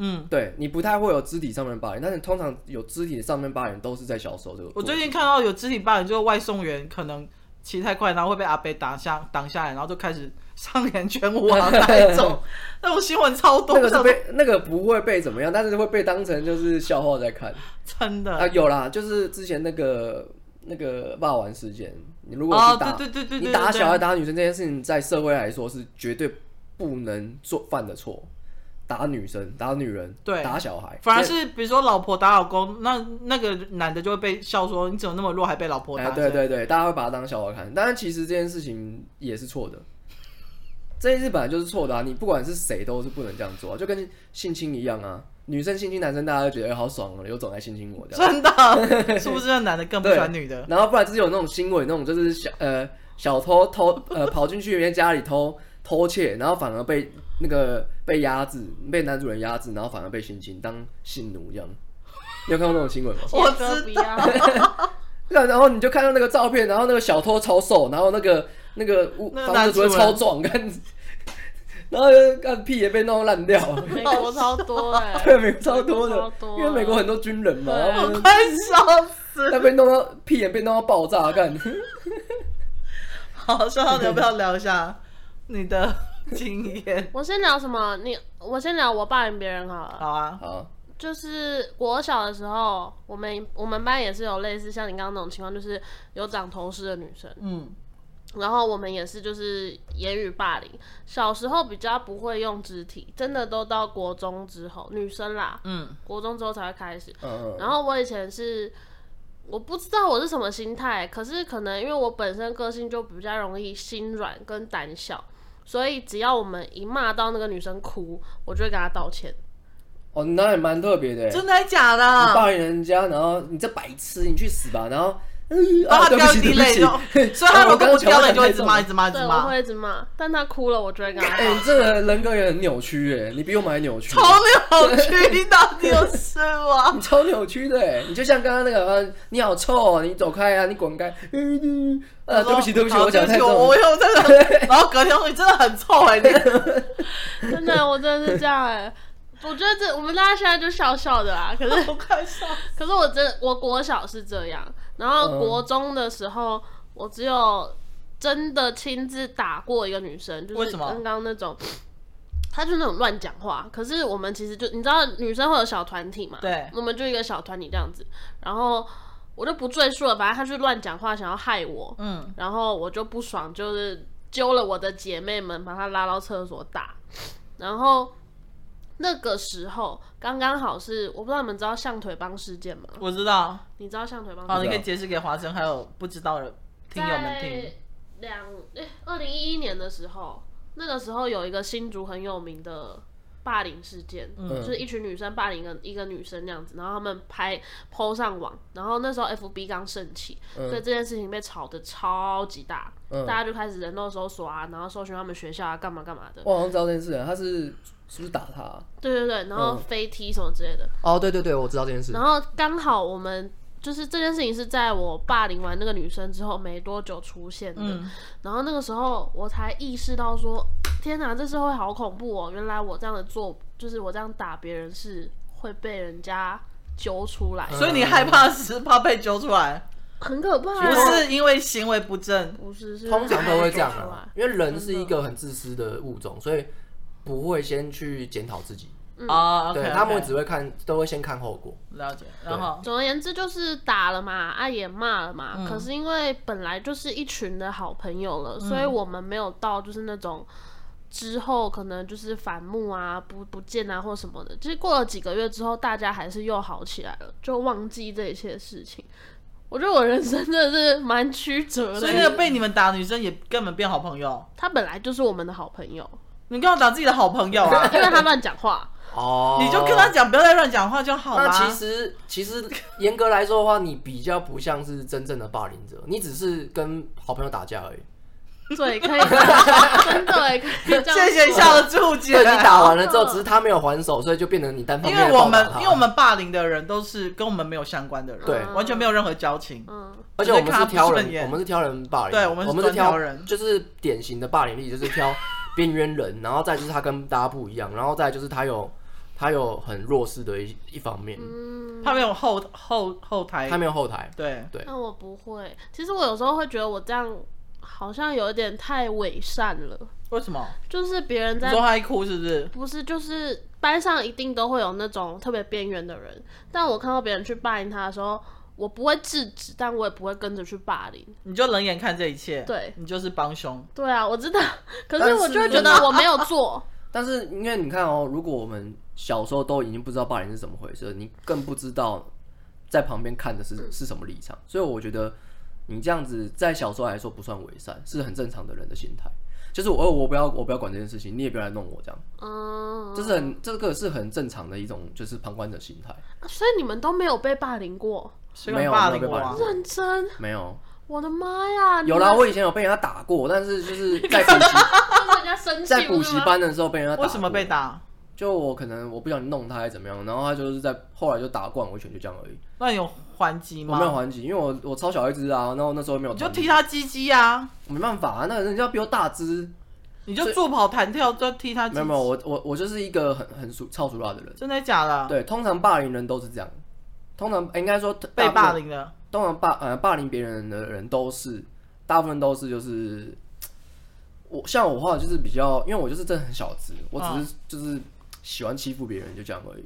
Speaker 3: 嗯，
Speaker 2: 对你不太会有肢体上面的霸凌，但是通常有肢体上面霸凌都是在小时候这个过
Speaker 3: 我
Speaker 2: 程。
Speaker 3: 最近看到有肢体霸凌，就是外送员可能骑太快，然后会被阿北打下挡下来，然后就开始上演拳舞啊那 一种，那种新闻超多
Speaker 2: 那个
Speaker 3: 的，
Speaker 2: 是被那个不会被怎么样，但是会被当成就是笑话在看
Speaker 3: 真
Speaker 2: 啊。
Speaker 3: 的。
Speaker 2: 有啦，就是之前那个那个霸王事件，你如果
Speaker 3: 哦
Speaker 2: 去打、
Speaker 3: 对对对对对
Speaker 2: 你打
Speaker 3: 对
Speaker 2: 小孩打女生这件事情，在社会来说是绝对不能做犯的错，打女生、打女人、
Speaker 3: 对
Speaker 2: 打小孩，哎
Speaker 3: 反而
Speaker 2: 这
Speaker 3: 是比如说老婆打老公，那那个男的就会被笑说你怎么那么弱，还被老婆
Speaker 2: 哎、
Speaker 3: 打。
Speaker 2: 对对对，大家会把它当笑话看，但是其实这件事情也是错的。这件事本来就是错的啊！你不管是谁都是不能这样做、啊，就跟性侵一样啊。女生性侵男生，大家都觉得、哎好爽哦、有种来性侵我这样。
Speaker 3: 真的，是不是那男的更不喜欢女的？
Speaker 2: 然后不然就是有那种新闻，那种就是小呃小偷偷呃 跑进去人家家里偷偷窃，然后反而被那个被压制，被男主人压制，然后反而被性侵当性奴这样。你有看过那种新闻 吗？
Speaker 3: 我
Speaker 4: 切割
Speaker 3: 知
Speaker 4: 不要，
Speaker 2: 对，啊然后你就看到那个照片，然后那个小偷超瘦，然后那个那个屋
Speaker 3: 那个
Speaker 2: 房子主任
Speaker 3: 男主
Speaker 2: 超
Speaker 3: 人
Speaker 2: 壮，看， 然后就看屁也被弄烂 掉，
Speaker 4: 美国超多哎、
Speaker 2: 对，美国超多
Speaker 4: 美国
Speaker 2: 的
Speaker 4: 超，
Speaker 3: 啊
Speaker 4: 多
Speaker 2: 因为美国很多军人 嘛，
Speaker 4: 对
Speaker 2: 然后
Speaker 3: 快笑死！
Speaker 2: 他被弄到屁眼被弄到爆炸，干，
Speaker 3: 好，笑到你要不要聊一下你的 经验？
Speaker 1: 我先聊什么？你我先聊我霸凌别人好了。
Speaker 3: 好啊，
Speaker 2: 好，
Speaker 1: 就是国小的时候，我们我们班也是有类似像你刚刚那种情况，就是有长头饰的女生，
Speaker 3: 嗯，
Speaker 1: 然后我们也是就是言语霸凌。小时候比较不会用肢体，真的都到国中之后，女生啦，
Speaker 3: 嗯，
Speaker 1: 国中之后才会开始。
Speaker 2: 嗯嗯，
Speaker 1: 然后我以前是我不知道我是什么心态，可是可能因为我本身个性就比较容易心软跟胆小，所以只要我们一骂到那个女生哭，我就会跟她道歉。
Speaker 2: 哦，你那也蛮特别的欸，
Speaker 3: 真的还啊假的？
Speaker 2: 你霸凌人家，然后你这白痴，你去死吧，然后，嗯，
Speaker 3: 然后
Speaker 2: 啊，
Speaker 3: 他
Speaker 2: 对
Speaker 3: 掉
Speaker 2: 不
Speaker 3: 一
Speaker 2: 起，
Speaker 3: 滴
Speaker 2: 对
Speaker 3: 泪，
Speaker 2: 不
Speaker 3: 就
Speaker 2: 起，
Speaker 3: 所以他如果不掉泪，
Speaker 2: 了
Speaker 3: 就会一直骂，一直骂，一直
Speaker 1: 对，我
Speaker 3: 骂，
Speaker 1: 会一直骂，但她哭了，我就会跟她
Speaker 2: 哎，
Speaker 1: 道
Speaker 2: 你这个人格也很扭曲哎，你比我们还扭曲，
Speaker 3: 好扭曲，到底有事吗？
Speaker 2: 你超扭曲的欸，你就像刚刚那个，呃你好臭哦，你走开啊，你滚开，嗯呃，对不起，对不起，
Speaker 3: 好
Speaker 2: 我讲太
Speaker 3: 对不
Speaker 2: 重
Speaker 3: 起我
Speaker 2: 了
Speaker 3: 我，又真的，然后隔天说你真的很臭哎，你
Speaker 1: 歉。真的，我真的是这样哎、我觉得这我们大家现在就笑笑的啊啦，可是
Speaker 3: 我快笑死。
Speaker 1: 可是我真我国小是这样，然
Speaker 3: 嗯
Speaker 1: 后国中的时候，我只有真的亲自打过一个女生，就
Speaker 3: 为
Speaker 1: 是
Speaker 3: 什么
Speaker 1: 刚刚那种，她就那种乱讲话。可是我们其实就你知道，女生会有小团体嘛，
Speaker 3: 对
Speaker 1: 我们就一个小团体这样子，然后我就不赘述了，反正她就乱讲话，想要害我，
Speaker 3: 嗯，
Speaker 1: 然后我就不爽，就是揪了我的姐妹们，把她拉到厕所打。然后那个时候刚刚好是，我不知道你们知道象腿帮事件吗？
Speaker 3: 我知道。
Speaker 1: 你知道象腿帮
Speaker 3: 好，
Speaker 1: 事
Speaker 3: 你
Speaker 1: 件？
Speaker 3: 可以解释给华生还有不知道的听友们听
Speaker 1: 在。两二零一一年的时候，那个时候有一个新竹很有名的。霸凌事件，
Speaker 3: 嗯
Speaker 1: 就是一群女生霸凌一个一个女生那样子，然后他们拍 PO 上网，然后那时候 FB 刚盛起，
Speaker 2: 嗯
Speaker 1: 所以这件事情被炒得超级大，大家就开始人肉搜索啊，然后搜寻他们学校啊，干嘛干嘛的。
Speaker 2: 我好像知道这件事了，他是是不是打他啊？
Speaker 1: 对对对，然后飞踢什么之类的。
Speaker 2: 哦，对对对，我知道这件事
Speaker 1: 然后刚好我们就是这件事情是在我霸凌完那个女生之后没多久出现的，
Speaker 3: 嗯
Speaker 1: 然后那个时候我才意识到说，天哪，这社会好恐怖哦！原来我这样的做，就是我这样打别人是会被人家揪出来，
Speaker 2: 嗯
Speaker 3: 所以你害怕是怕被揪出来，
Speaker 1: 很可怕、哦
Speaker 3: 不是因为行为不正，
Speaker 1: 不是，是
Speaker 2: 通常都会这样
Speaker 1: 害怕被揪出
Speaker 2: 啊
Speaker 1: 来，
Speaker 2: 因为人是一个很自私的物种，所以不会先去检讨自己，
Speaker 3: 哦，OK，OK，
Speaker 2: 对他们只会看，都会先看后果。
Speaker 3: 了解，然后
Speaker 1: 总而言之，就是打了嘛，啊也骂了嘛。
Speaker 3: 嗯
Speaker 1: 可是因为本来就是一群的好朋友了，所以我们没有到就是那种之后可能就是反目啊、不不见啊或什么的。就是过了几个月之后，大家还是又好起来了，就忘记这一切事情。我觉得我人生真的是蛮曲折
Speaker 3: 所以那个
Speaker 1: 的。欸
Speaker 3: 被你们打的女生也根本变好朋友，
Speaker 1: 他本来就是我们的好朋友，
Speaker 3: 你跟我打自己的好朋友啊，
Speaker 1: 因为他乱讲 话。
Speaker 2: 哦
Speaker 3: 你就跟他。讲不要再乱讲话就好
Speaker 2: 那
Speaker 3: 啦。
Speaker 2: 其实其实严格来说的话，你比较不像是真正的霸凌者，你只是跟好朋友打架而 已。
Speaker 1: 对，可以， 真的欸也可以这样。
Speaker 3: 谢谢笑。的注解
Speaker 2: 对，。你打完了之后，只是他没有还手，所以就变成你单方
Speaker 3: 啊因
Speaker 2: 面
Speaker 3: 为
Speaker 2: 地
Speaker 3: 我
Speaker 2: 暴打
Speaker 3: 们
Speaker 2: 他。
Speaker 3: 因为我们霸凌的人都是跟我们没有相关的人，
Speaker 2: 对
Speaker 3: 完全没有任何交情。
Speaker 1: 嗯，
Speaker 2: 而且我们是挑
Speaker 3: 我们是看他不顺
Speaker 2: 人，
Speaker 3: 眼
Speaker 2: 我们是挑人霸凌，
Speaker 3: 对
Speaker 2: 我
Speaker 3: 我们是
Speaker 2: 是挑
Speaker 3: 专挑人
Speaker 2: 就是典型的霸凌例，就是挑边缘人，然后再就是他跟大家不一样，然后再就是他有他有很弱势的一一方面，
Speaker 3: 嗯他没有后后后台
Speaker 2: 他，没有后台，
Speaker 3: 对，
Speaker 1: 那我不会。其实我有时候会觉得我这样好像有点太伪善了，
Speaker 3: 为什么？
Speaker 1: 就是别人
Speaker 3: 你
Speaker 1: 在
Speaker 3: 说他一哭是不是？
Speaker 1: 不是，就是班上一定都会有那种特别边缘的人，但我看到别人去霸凌他的时候，我不会制止，但我也不会跟着去霸凌。
Speaker 3: 你就冷眼看这一切，
Speaker 1: 对
Speaker 3: 你就是帮凶。
Speaker 1: 对啊，我知道，可
Speaker 2: 但
Speaker 1: 是
Speaker 2: 是
Speaker 1: 我就会觉得我没有 做。
Speaker 2: 但是因为你看哦，如果我们小时候都已经不知道霸凌是怎么回事，你更不知道在旁边看的是是什么立场，所以我觉得你这样子在小时候来说不算伪善，是很正常的人的心态。就是我我不要我不要管这件事情，你也不要来弄我这样，
Speaker 1: 嗯，
Speaker 2: 这是很这个是很正常的一种就是旁观者心态。
Speaker 1: 啊所以你们都没有被霸凌过，
Speaker 3: 谁敢
Speaker 2: 没有
Speaker 3: 霸
Speaker 2: 没有
Speaker 3: 凌
Speaker 2: 被
Speaker 3: 我啊
Speaker 2: 霸凌？
Speaker 1: 认真，
Speaker 2: 没有，
Speaker 1: 我的妈呀！
Speaker 2: 有啦，
Speaker 1: 了，
Speaker 2: 我以前有被人家打过，但是就是在补
Speaker 1: 就
Speaker 2: 习
Speaker 1: 是人家生气，
Speaker 2: 在补习班的时候被人家打。
Speaker 3: 为什么被？打？
Speaker 2: 就我可能我不小心弄他还是怎么样，然后他就是在后来就打灌我一拳，就这样而已。
Speaker 3: 那你有还击
Speaker 2: 我
Speaker 3: 吗？
Speaker 2: 没有还击，因为我我超小一只啊，然后那时候没有
Speaker 3: 你
Speaker 2: 团
Speaker 3: 就
Speaker 2: 体，
Speaker 3: 踢他鸡鸡啊，
Speaker 2: 我没办法啊，那人家比我大只，
Speaker 3: 你就助跑弹跳就踢他
Speaker 2: 没
Speaker 3: 鸡鸡。
Speaker 2: 有没有，我我我就是一个很很俗超俗辣的人，
Speaker 3: 真的假的？
Speaker 2: 对，通常霸凌人都是这样，通常、欸应该说
Speaker 3: 被霸，
Speaker 2: 大部分
Speaker 3: 凌了，
Speaker 2: 通常霸呃霸凌别人的人都是，大部分都是就是，我像我的话就是比较，因为我就是真的很小只，我只
Speaker 3: 嗯
Speaker 2: 是就是喜欢欺负别人就这样而已，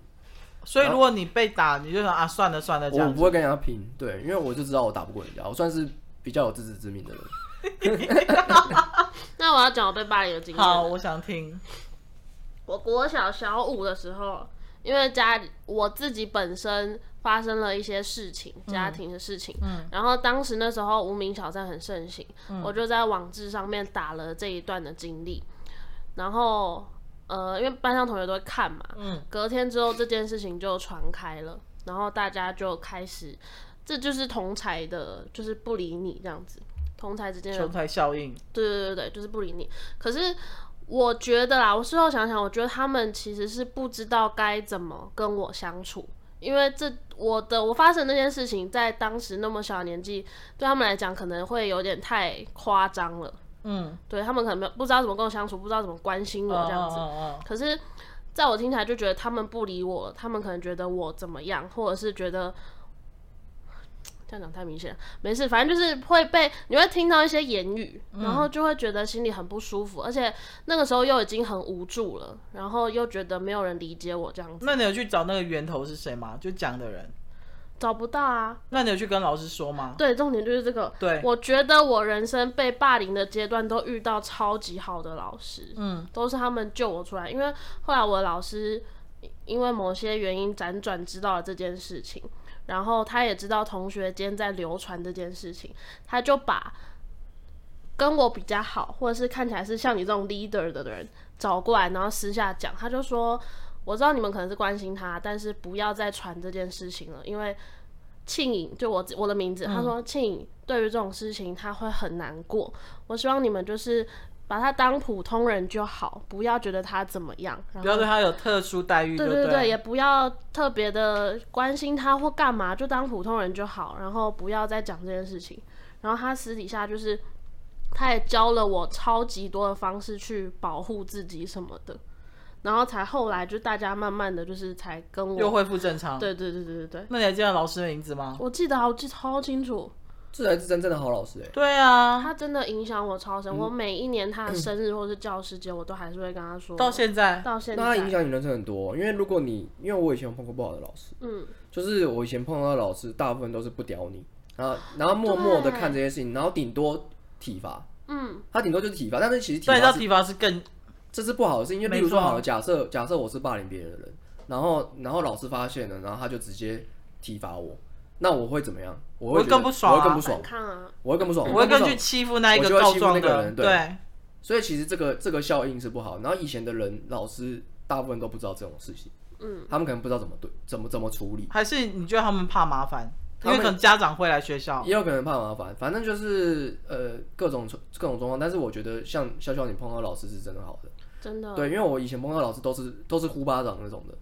Speaker 3: 所以如果你被打，你就想啊，算了算了，这
Speaker 2: 我
Speaker 3: 样
Speaker 2: 不会跟人家拼，对，因为我就知道我打不过人家，我算是比较有自知之明的人。
Speaker 1: 那我要讲我被霸凌的经验。
Speaker 3: 好，我想听。
Speaker 1: 我国小小五的时候，因为家里我自己本身发生了一些事情，家庭的事情，嗯，然后当时那时候无名小站很盛行，我就在网志上面打了这一段的经历，然后呃，因为班上同学都会看嘛，嗯，隔天之后这件事情就传开了，然后大家就开始，这就是同才的，就是不理你这样子，同才之间的
Speaker 3: 球台效应，
Speaker 1: 对对对对，就是不理你。可是我觉得啦，我事后想想，我觉得他们其实是不知道该怎么跟我相处，因为这我的我发生那件事情，在当时那么小的年纪，对他们来讲可能会有点太夸张了。
Speaker 3: 嗯，
Speaker 1: 对他们可能没有不知道怎么跟我相处，不知道怎么关心我这样子。
Speaker 3: 嗯嗯嗯
Speaker 1: 可是在我听起来就觉得他们不理我，他们可能觉得我怎么样，或者是觉得。这样讲太明显了，没事，反正就是会被你会听到一些言语，然后就会觉得心里很不舒服，而且那个时候又已经很无助了，然后又觉得没有人理解我这样子，
Speaker 3: 那你有去找那个源头是谁吗？就讲的人，
Speaker 1: 找不到啊。
Speaker 3: 那你有去跟老师说吗？
Speaker 1: 对，重点就是这个。
Speaker 3: 对
Speaker 1: 我觉得我人生被霸凌的阶段都遇到超级好的老师，嗯，都是他们救我出来。因为后来我的老师因为某些原因辗转知道了这件事情，然后他也知道同学间在流传这件事情，他就把跟我比较好，或者是看起来是像你这种 leader 的人找过来，然后私下讲，他就说。我知道你们可能是关心他，但是不要再传这件事情了，因为庆颖，就我自我的名
Speaker 3: 嗯
Speaker 1: 字，他说庆颖对于这种事情他会很难过。我希望你们就是把他当普通人就好，不要觉得他怎么样，然
Speaker 3: 不要
Speaker 1: 后
Speaker 3: 对他有特殊待遇就
Speaker 1: 对
Speaker 3: 对
Speaker 1: 对
Speaker 3: 了
Speaker 1: 对，也不要特别的关心他或干嘛，就当普通人就好，然后不要再讲这件事情。然后他私底下就是，他也教了我超级多的方式去保护自己什么的，然后才后来就大家慢慢的就是才跟
Speaker 3: 又
Speaker 1: 我，
Speaker 3: 恢复正常。
Speaker 1: 对对对对对对，
Speaker 3: 那你还记得老师的名字吗？
Speaker 1: 我记得啊，我记得超清楚，
Speaker 2: 这才是真正的好老师哎、
Speaker 3: 对啊，
Speaker 1: 他真的影响我超
Speaker 2: 嗯
Speaker 1: 深，我每一年他的生日或是教师节，我都还是会跟他说，
Speaker 3: 到现在
Speaker 1: 到现
Speaker 2: 那他
Speaker 1: 在
Speaker 2: 影响你人生很多，因为如果你，因为我以前有碰过不好的老师，
Speaker 1: 嗯，
Speaker 2: 就是我以前碰到的老师，大部分都是不屌你，然后然后默默的看这些事情，然后顶多体罚，
Speaker 1: 嗯，
Speaker 2: 他顶多就是体罚，但是其实体
Speaker 3: 对到
Speaker 2: 罚是
Speaker 3: 体罚是更
Speaker 2: 哦这是不好的事情，因为
Speaker 3: 没
Speaker 2: 例如说
Speaker 3: 错
Speaker 2: 好了，假设假设我是霸凌别人的人，然后然后老师发现了，然后他就直接体罚我，那我会怎么样？我
Speaker 3: 我
Speaker 2: 会
Speaker 3: 会
Speaker 2: 觉得
Speaker 3: 更不爽啊
Speaker 2: 我会更不爽
Speaker 1: 反，抗啊，
Speaker 2: 我会更不爽，
Speaker 3: 我会
Speaker 2: 更
Speaker 3: 更
Speaker 2: 不
Speaker 3: 去
Speaker 2: 爽。
Speaker 3: 欺负那一
Speaker 2: 我
Speaker 3: 个
Speaker 2: 就会
Speaker 3: 告
Speaker 2: 欺负
Speaker 3: 状
Speaker 2: 那个
Speaker 3: 的
Speaker 2: 人对
Speaker 3: 对，
Speaker 2: 所以其实这个这个效应是不好。然后以前的人老师大部分都不知道这种事情，
Speaker 1: 嗯，
Speaker 2: 他们可能不知道怎么对怎么怎么处理，
Speaker 3: 还是你觉得他们怕麻烦？
Speaker 2: 他
Speaker 3: 因
Speaker 2: 们
Speaker 3: 为可能家长会来学校，
Speaker 2: 也有可能怕麻烦，反正就是呃各种各种状况。但是我觉得像笑笑你碰到老师是真的好的，
Speaker 1: 真的，
Speaker 2: 对，因为我以前碰到老师都是都是呼巴掌那种的，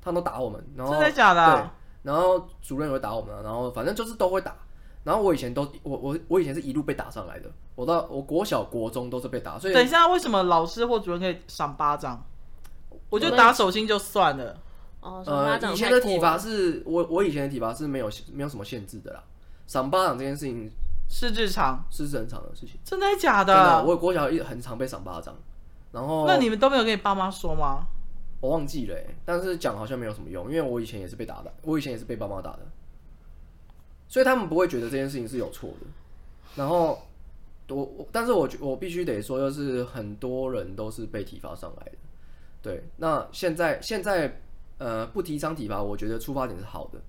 Speaker 2: 他们都打我们，然后
Speaker 3: 真的假的啊？
Speaker 2: 然后主任也会打我们、啊，然后反正就是都会打。然后我以前都我我我以前是一路被打上来的，我到我国小国中都是被打，所以
Speaker 3: 等一下，为什么老师或主任可以赏巴掌？我觉得打手心就算了，
Speaker 1: 哦，手
Speaker 2: 呃
Speaker 1: 巴掌
Speaker 2: 以前
Speaker 1: 太
Speaker 2: 的
Speaker 1: 过
Speaker 2: 体
Speaker 1: 了
Speaker 2: 罚是我我以前的体罚是没有没有什么限制的啦，赏巴掌这件事情
Speaker 3: 是日常，
Speaker 2: 是正常的事情。
Speaker 3: 真的假
Speaker 2: 真的，
Speaker 3: 的？
Speaker 2: 我国小一很常被赏巴掌，然后
Speaker 3: 那你们都没有跟你爸妈说吗？
Speaker 2: 我忘记了欸、但是讲好像没有什么用，因为我以前也是被打的，我以前也是被爸妈打的，所以他们不会觉得这件事情是有错的。然后我，我但是我觉我必须得说，就是很多人都是被体罚上来的。对，那现在现在呃不提倡体罚，我觉得出发点是好的，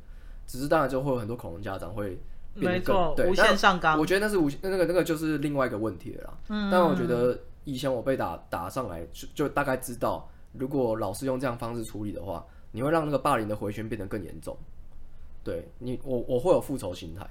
Speaker 2: 只是当然就会有很多恐龙家长会变得
Speaker 3: 没错
Speaker 2: 更对
Speaker 3: 无限上纲
Speaker 2: 我觉得那是无那个那个就是另外一个问题了啦。
Speaker 3: 嗯
Speaker 2: 但我觉得以前我被打打上来，就就大概知道，如果老师用这样方式处理的话，你会让那个霸凌的回旋变得更严重。对你，我我会有复仇心态，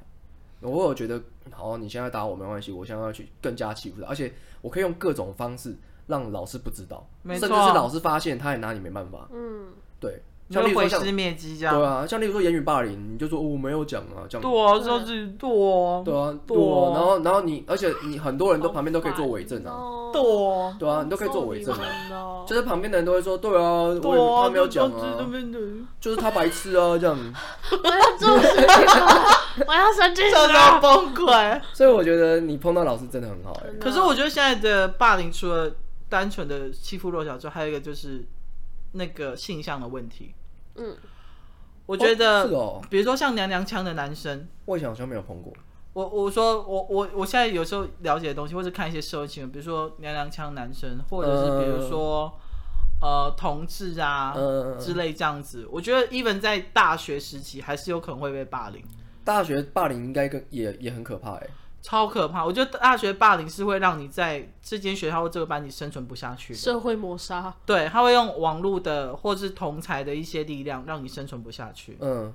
Speaker 2: 我会有觉得，好，你现在打我没关系，我现在要去更加欺负他，而且我可以用各种方式让老师不知道，
Speaker 3: 没
Speaker 2: 甚
Speaker 3: 错
Speaker 2: 至是老师发现他也拿你没办法。
Speaker 1: 嗯，
Speaker 2: 对，
Speaker 3: 你
Speaker 2: 像例
Speaker 3: 会
Speaker 2: 如说
Speaker 3: 毁
Speaker 2: 像
Speaker 3: 尸灭迹这样。
Speaker 2: 对啊，像例如说言语霸凌，你就说、哦我没有讲啊，这样
Speaker 3: 对啊，就是对啊，
Speaker 2: 对啊，对
Speaker 3: 对啊
Speaker 2: 啊，然后然后你，而且你很多人都旁边都可以做伪证啊，
Speaker 1: 啊
Speaker 3: 对啊，
Speaker 2: 对啊，你都可以做伪证啊。
Speaker 1: 啊
Speaker 2: 就是旁边的人都会说，对啊，我也
Speaker 3: 哦对啊，
Speaker 2: 他没有讲
Speaker 3: 就就
Speaker 2: 啊，
Speaker 3: 就就
Speaker 2: 就是他白痴啊这样。
Speaker 1: 我要做什 么？我要神经质
Speaker 3: 这
Speaker 1: 了
Speaker 3: 到崩溃。
Speaker 2: 所以我觉得你碰到老师真的很好哎、
Speaker 1: 真的
Speaker 3: 可是我觉得现在的霸凌，除了单纯的欺负弱小之外，还有一个就是那个性向的问题。
Speaker 1: 嗯，
Speaker 3: 我觉得，
Speaker 2: 哦是哦
Speaker 3: 比如说像娘娘腔的男生，
Speaker 2: 我以前好像没有碰过。
Speaker 3: 我我说我我我现在有时候了解的东西，或者看一些社会新闻，比如说娘娘腔男生，或者是比如说、呃同志啊、
Speaker 2: 嗯嗯嗯
Speaker 3: 之类这样子，我觉得 even 在大学时期还是有可能会被霸凌，
Speaker 2: 大学霸凌应该更也也很可怕哎、
Speaker 3: 超可怕。我觉得大学霸凌是会让你在这间学校或这个班级生存不下去的，
Speaker 1: 社会抹杀，
Speaker 3: 对，他会用网络的或是同才的一些力量让你生存不下去，
Speaker 2: 嗯，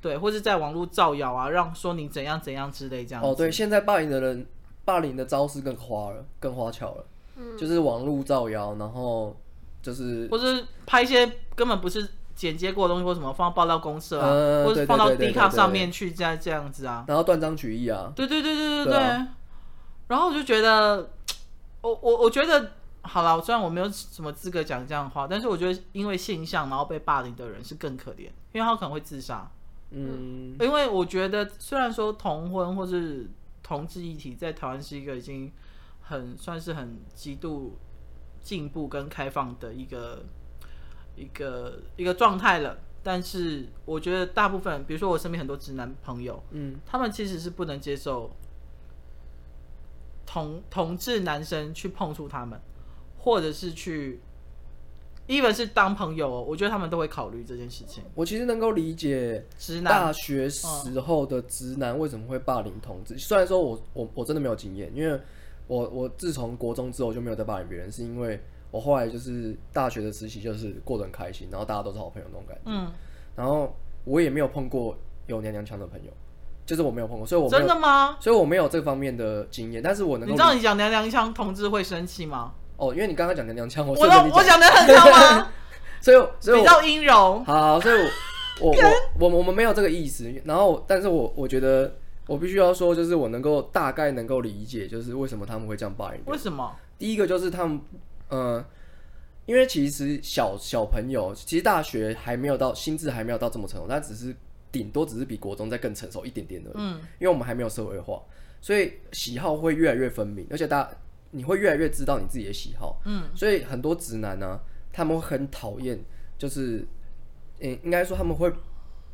Speaker 3: 对，或是在网络造谣啊，让说你怎样怎样之类这样子。
Speaker 2: 哦对，现在霸凌的人霸凌的招式更花了，更花俏了，
Speaker 3: 嗯
Speaker 2: 就是网络造谣，然后就是
Speaker 3: 或是拍一些根本不是剪接过的东西，或什么放到爆料公社啊，
Speaker 2: 嗯
Speaker 3: 或
Speaker 2: 对对
Speaker 3: 是放到
Speaker 2: 对对
Speaker 3: D
Speaker 2: 对
Speaker 3: 卡
Speaker 2: 对
Speaker 3: 上面去，这样这样子啊。
Speaker 2: 然后断章取义啊，
Speaker 3: 对对对对对
Speaker 2: 对啊
Speaker 3: 然后我就觉得，我我我觉得好了，虽然我没有什么资格讲这样的话，但是我觉得因为性向然后被霸凌的人是更可怜，因为他可能会自杀。
Speaker 2: 嗯，
Speaker 3: 因为我觉得虽然说同婚或是同志议题在台湾是一个已经很算是很极度进步跟开放的一个一个一个状态了，但是我觉得大部分，比如说我身边很多直男朋友，
Speaker 2: 嗯，
Speaker 3: 他们其实是不能接受同同志男生去碰触他们，或者是去，even 是当朋友、哦，我觉得他们都会考虑这件事情。
Speaker 2: 我其实能够理解。
Speaker 3: 直男
Speaker 2: 大学时候的直男为什么会霸凌同志？虽然说我我我真的没有经验，因为我我自从国中之后就没有再霸凌别人，是因为我后来就是大学的实习就是过得很开心，然后大家都是好朋友那种感觉，
Speaker 3: 嗯，
Speaker 2: 然后我也没有碰过有娘娘腔的朋友，就是我没有碰过，所以我没
Speaker 3: 真
Speaker 2: 有，
Speaker 3: 的吗？
Speaker 2: 所以我没有这方面的经验，但是我能
Speaker 3: 你
Speaker 2: 够
Speaker 3: 知道你讲娘娘腔同志会生气吗？
Speaker 2: 哦，因为你刚刚讲娘娘腔，我
Speaker 3: 我
Speaker 2: 顺着
Speaker 3: 让
Speaker 2: 你
Speaker 3: 我讲的很脏吗？
Speaker 2: 所以 所以我
Speaker 3: 比较阴柔，
Speaker 2: 好，所以我我我我我们没有这个意思。然后，但是我我觉得我必须要说，就是我能够大概能够理解，就是为什么他们会这样霸凌别人。
Speaker 3: 为什么？
Speaker 2: 第一个就是他们，呃，因为其实小小朋友，其实大学还没有到心智还没有到这么成熟，但只是顶多只是比国中再更成熟一点点而已。
Speaker 3: 嗯，
Speaker 2: 因为我们还没有社会化，所以喜好会越来越分明，而且大家你会越来越知道你自己的喜好。
Speaker 3: 嗯，
Speaker 2: 所以很多直男呢、啊他们会很讨厌，就是，嗯，应该说他们会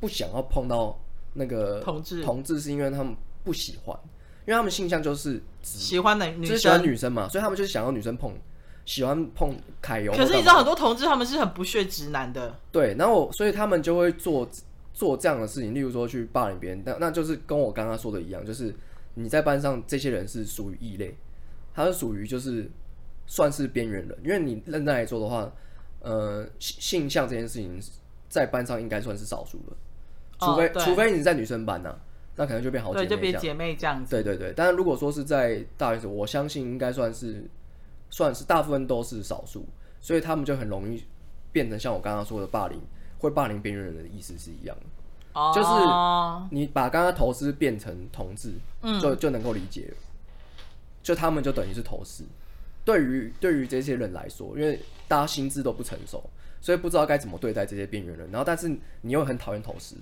Speaker 2: 不想要碰到那个
Speaker 3: 同志
Speaker 2: 同志是因为他们不喜欢，因为他们性向就是直
Speaker 3: 喜欢男女
Speaker 2: 就是喜欢
Speaker 3: 生。
Speaker 2: 女生嘛，所以他们就是想要女生碰，喜欢碰揩油或干嘛。
Speaker 3: 可是你知道很多同志他们是很不屑直男的，
Speaker 2: 对，然后我所以他们就会做做这样的事情，例如说去霸凌别人，那那就是跟我刚刚说的一样，就是你在班上这些人是属于异类，他是属于就是算是边缘人，因为你认真来说的话，呃，性性向这件事情在班上应该算是少数的，除
Speaker 3: 哦
Speaker 2: 非、
Speaker 3: 对
Speaker 2: 除非你在女生班呐、那可能就变好姐
Speaker 3: 对，就
Speaker 2: 妹这
Speaker 3: 别
Speaker 2: 样。
Speaker 3: 姐妹这样子。
Speaker 2: 对对对，但是如果说是在大学时，我相信应该算是算是大部分都是少数，所以他们就很容易变成像我刚刚说的霸凌，会霸凌边缘人的意思是一样的。就是
Speaker 3: 哦
Speaker 2: 你把刚刚投资变成同志，就就能够理解了，就他们就等于是投资。对于对于这些人来说，因为大家心智都不成熟，所以不知道该怎么对待这些边缘人。然后，但是你又很讨厌投资，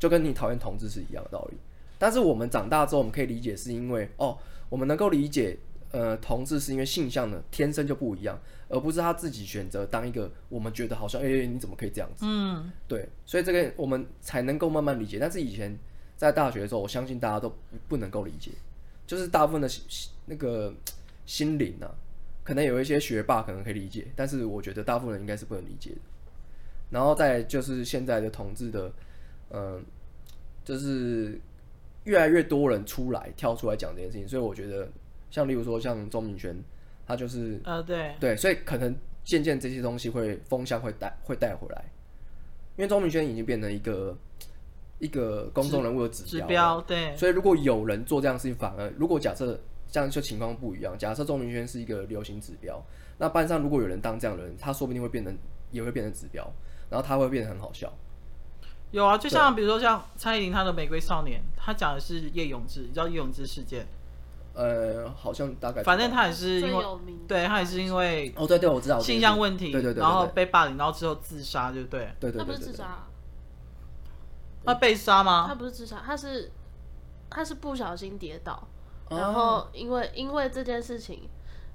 Speaker 2: 就跟你讨厌同志是一样的道理。但是我们长大之后，我们可以理解是因为哦，我们能够理解，呃，同志是因为性向的天生就不一样，而不是他自己选择当一个我们觉得好像，哎、你怎么可以这样子？
Speaker 3: 嗯，
Speaker 2: 对，所以这个我们才能够慢慢理解。但是以前在大学的时候，我相信大家都不不能够理解，就是大部分的心心那个心灵啊，可能有一些学霸可能可以理解，但是我觉得大部分人应该是不能理解的。然后再来就是现在的统治的，嗯、就是越来越多人出来跳出来讲这件事情，所以我觉得像例如说像钟明轩，他就是
Speaker 3: 呃，对，
Speaker 2: 对，所以可能渐渐这些东西会风向会带会带回来，因为钟明轩已经变成一个一个公众人物的指
Speaker 3: 指
Speaker 2: 标了，
Speaker 3: 标对，
Speaker 2: 所以如果有人做这样的事情，反而如果假设这样就情况不一样，假设钟明轩是一个流行指标，那班上如果有人当这样的人，他说不定会变成也会变成指标，然后他会变得很好笑，
Speaker 3: 有啊，就像比如说像蔡依林她的《玫瑰少年》，她讲的是叶永志，你知道叶永志事件，
Speaker 2: 呃，好像大概
Speaker 3: 反正
Speaker 2: 知
Speaker 3: 她也是
Speaker 1: 最
Speaker 3: 因为，
Speaker 1: 有名，
Speaker 3: 对她也是因为
Speaker 2: 道哦对对我知道
Speaker 3: 性向问题，
Speaker 2: 对对对对
Speaker 3: 然后
Speaker 2: 对嗯
Speaker 3: 被霸凌，然后之后自杀，对不对？
Speaker 2: 对对
Speaker 1: 他
Speaker 2: 对
Speaker 1: 不
Speaker 2: 对
Speaker 1: 是自
Speaker 2: 对
Speaker 1: 杀啊，
Speaker 3: 她被杀
Speaker 1: 他
Speaker 3: 吗？
Speaker 1: 不是自杀，他是他是不小心跌倒，
Speaker 2: 哦
Speaker 1: 然后因为因为这件事情，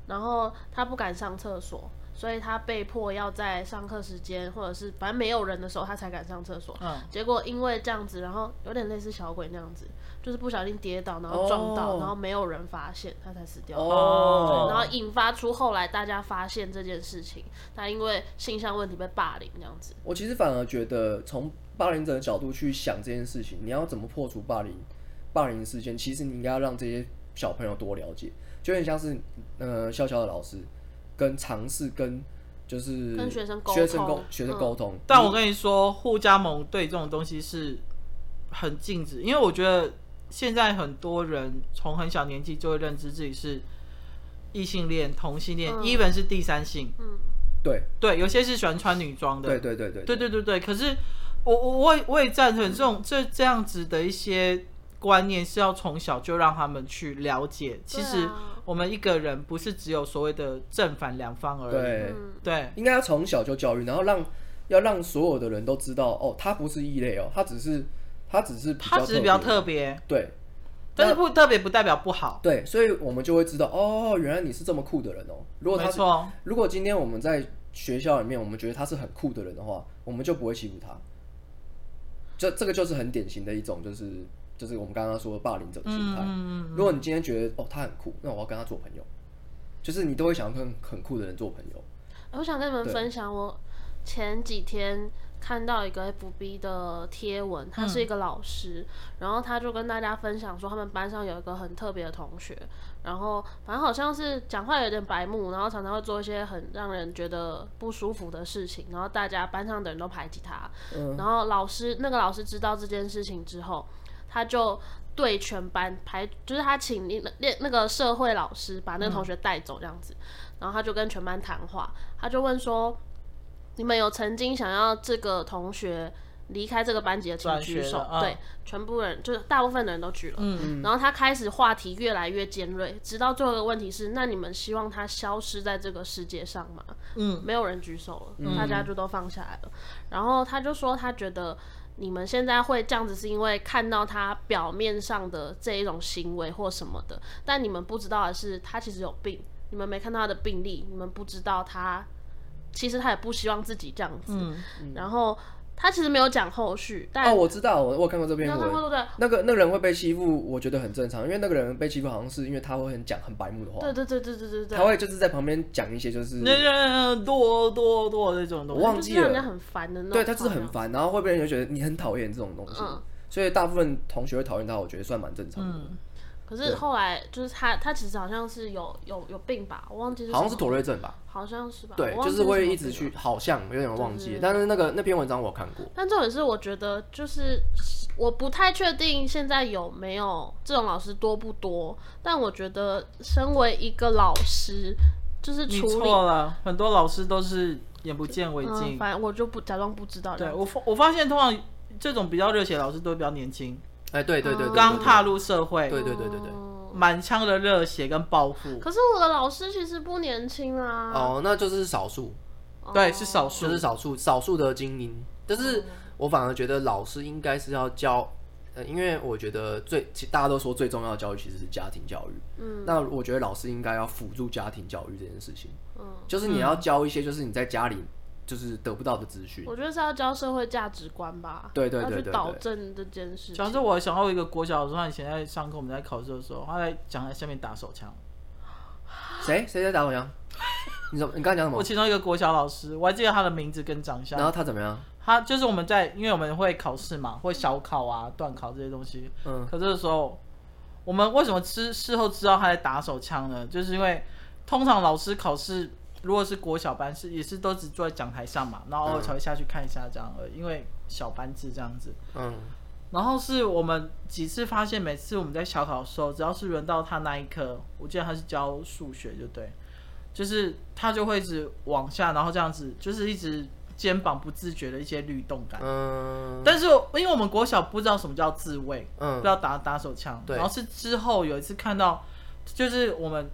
Speaker 1: 然后他不敢上厕所，所以他被迫要在上课时间或者是反正没有人的时候，他才敢上厕所。
Speaker 3: 嗯，
Speaker 1: 结果因为这样子，然后有点类似小鬼那样子，就是不小心跌倒，然后撞到，
Speaker 2: 哦
Speaker 1: 然后没有人发现，他才死掉。
Speaker 2: 哦
Speaker 1: 对然后引发出后来大家发现这件事情，他因为性向问题被霸凌这样子。
Speaker 2: 我其实反而觉得，从霸凌者的角度去想这件事情，你要怎么破除霸凌霸凌事件？其实你应该要让这些小朋友多了解，就很像是呃，笑笑的老师跟尝试跟就是
Speaker 1: 跟学生沟
Speaker 2: 学生沟
Speaker 1: 通嗯
Speaker 2: 学生沟通。
Speaker 3: 但我跟你说，互加盟对这种东西是很禁止，因为我觉得现在很多人从很小年纪就会认知自己是异性恋、同性恋、
Speaker 1: 嗯
Speaker 3: e v e n 是第三性，
Speaker 1: 嗯，
Speaker 2: 对
Speaker 3: 对，有些是喜欢穿女装的，
Speaker 2: 对对对对
Speaker 3: 对对对对，可是我我我也我也赞成这种这这样子的一些观念是要从小就让他们去了解。其实我们一个人不是只有所谓的正反两方而已。
Speaker 2: 对，
Speaker 1: 嗯，
Speaker 3: 对
Speaker 2: 应该要从小就教育，然后让要让所有的人都知道，哦，他不是异类哦，他只是他只是
Speaker 3: 他只是比较特
Speaker 2: 别
Speaker 3: 别，
Speaker 2: 对。
Speaker 3: 但是不特别不代表不好。
Speaker 2: 对，所以我们就会知道，哦，原来你是这么酷的人哦。如果他
Speaker 3: 没
Speaker 2: 是
Speaker 3: 错，
Speaker 2: 如果今天我们在学校里面，我们觉得他是很酷的人的话，我们就不会欺负他。这这个就是很典型的一种，就是就是我们刚刚说的霸凌者的心态。
Speaker 3: 嗯，
Speaker 2: 如果你今天觉得哦他很酷，那我要跟他做朋友，就是你都会想要跟很酷的人做朋友。
Speaker 1: 我想跟你们
Speaker 2: 对
Speaker 1: 分享，我前几天看到一个 FB 的贴文，他
Speaker 2: 嗯
Speaker 1: 是一个老师，然后他就跟大家分享说，他们班上有一个很特别的同学，然后反正好像是讲话有点白目，然后常常会做一些很让人觉得不舒服的事情，然后大家班上的人都排挤他，
Speaker 2: 嗯，
Speaker 1: 然后老师那个老师知道这件事情之后，他就对全班排，就是他请那那那个社会老师把那个同学带走这样子，然后他就跟全班谈话，他就问说，你们有曾经想要这个同学离开这个班级的，请
Speaker 3: 转
Speaker 1: 举
Speaker 3: 学
Speaker 1: 手
Speaker 3: 了，嗯
Speaker 1: 对，全部人就是大部分人都举了，
Speaker 3: 嗯
Speaker 1: 然后他开始话题越来越尖锐，直到最后一个问题是：那你们希望他消失在这个世界上吗？
Speaker 3: 嗯，
Speaker 1: 没有人举手了，大家就都放下来了。然后他就说，他觉得你们现在会这样子，是因为看到他表面上的这一种行为或什么的，但你们不知道的是，他其实有病，你们没看到他的病历，你们不知道他其实他也不希望自己这样子。然后他其实没有讲后续，但
Speaker 2: 嗯哦，我知道，我我看过这
Speaker 1: 你
Speaker 2: 篇
Speaker 1: 有看过对
Speaker 2: 文，
Speaker 1: 不对？
Speaker 2: 那个那个人会被欺负，我觉得很正常，因为那个人被欺负好像是因为他会很讲很白目的话，
Speaker 1: 对对对对对对对，
Speaker 2: 他会就是在旁边讲一些就是
Speaker 3: 那那多多多这种
Speaker 2: 我
Speaker 3: 东西，
Speaker 2: 忘
Speaker 1: 就是
Speaker 2: 记
Speaker 1: 让人家
Speaker 2: 了，
Speaker 1: 很烦的那种。
Speaker 2: 对他就是很。烦，然后会被人就觉得你很讨厌这种东西
Speaker 1: 嗯，
Speaker 2: 所以大部分同学会讨厌他，我觉得算蛮正常的，
Speaker 3: 嗯，
Speaker 1: 可是后来就是他，他其实好像是有有有病吧，我忘记是
Speaker 2: 好像
Speaker 1: 什
Speaker 2: 是
Speaker 1: 么
Speaker 2: 妥瑞症吧。
Speaker 1: 好像是吧？
Speaker 2: 对，
Speaker 1: 我忘
Speaker 2: 就
Speaker 1: 记
Speaker 2: 是会
Speaker 1: 什么
Speaker 2: 一直
Speaker 1: 病
Speaker 2: 去
Speaker 1: 了。，
Speaker 2: 好像有点忘记
Speaker 1: 对对对，
Speaker 2: 但是那个那篇文章我有看过，
Speaker 1: 但重点是，我觉得就是我不太确定现在有没有这种老师多不多，但我觉得身为一个老师，就是
Speaker 3: 你
Speaker 1: 处理
Speaker 3: 错了，很多老师都是眼不见为
Speaker 1: 嗯，
Speaker 3: 净。
Speaker 1: 反正我就不假装不知道这
Speaker 3: 对
Speaker 1: 样。
Speaker 3: 我发我发现，通常这种比较热血的老师都会比较年轻，
Speaker 2: 哎，对对对对，对
Speaker 3: 刚踏，入社会，
Speaker 2: 对对对对对。
Speaker 1: 嗯
Speaker 3: 满腔的热血跟抱负。
Speaker 1: 可是我的老师其实不年轻啦。
Speaker 2: 哦，那就是少数，
Speaker 1: 哦
Speaker 3: 对，是少数，
Speaker 2: 就是少数少数的精英，但
Speaker 1: 嗯
Speaker 2: 是我反而觉得老师应该是要教。呃，因为我觉得最其大家都说最重要的教育其实是家庭教育，
Speaker 1: 嗯
Speaker 2: 那我觉得老师应该要辅助家庭教育这件事情，
Speaker 1: 嗯，
Speaker 2: 就是你要教一些就是你在家里就是得不到的资讯，
Speaker 1: 我觉得是要教社会价值观吧。
Speaker 2: 对对对
Speaker 1: 要
Speaker 2: 对
Speaker 1: 去
Speaker 2: 对
Speaker 1: 导正这件事
Speaker 3: 讲
Speaker 1: 情。
Speaker 3: 这，我想到一个国小的时候，他以前在上课，我们在考试的时候，他在讲台下面打手枪。
Speaker 2: 谁谁在打火枪？你怎么你刚才讲什
Speaker 3: 我
Speaker 2: 么？
Speaker 3: 其中一个国小老师，我还记得他的名字跟长相
Speaker 2: 然。后他怎么样？
Speaker 3: 他就是我们在，因为我们会考试嘛，会小考啊、段考这些东西。
Speaker 2: 嗯，
Speaker 3: 可这个时候，我们为什么知事后知道他在打手枪呢？就是因为通常老师考试，如果是国小班是也是都只坐在讲台上嘛，然后偶尔才会下去看一下这样而已，因为小班制这样子。
Speaker 2: 嗯，
Speaker 3: 然后是我们几次发现，每次我们在小考的时候，只要是轮到他那一科，我记得他是教数学，就对，就是他就会一直往下，然后这样子，就是一直肩膀不自觉的一些律动感。
Speaker 2: 嗯，
Speaker 3: 但是我因为我们国小不知道什么叫自卫，不
Speaker 2: 嗯
Speaker 3: 知道打打手枪，
Speaker 2: 对
Speaker 3: 然后是之后有一次看到，就是我们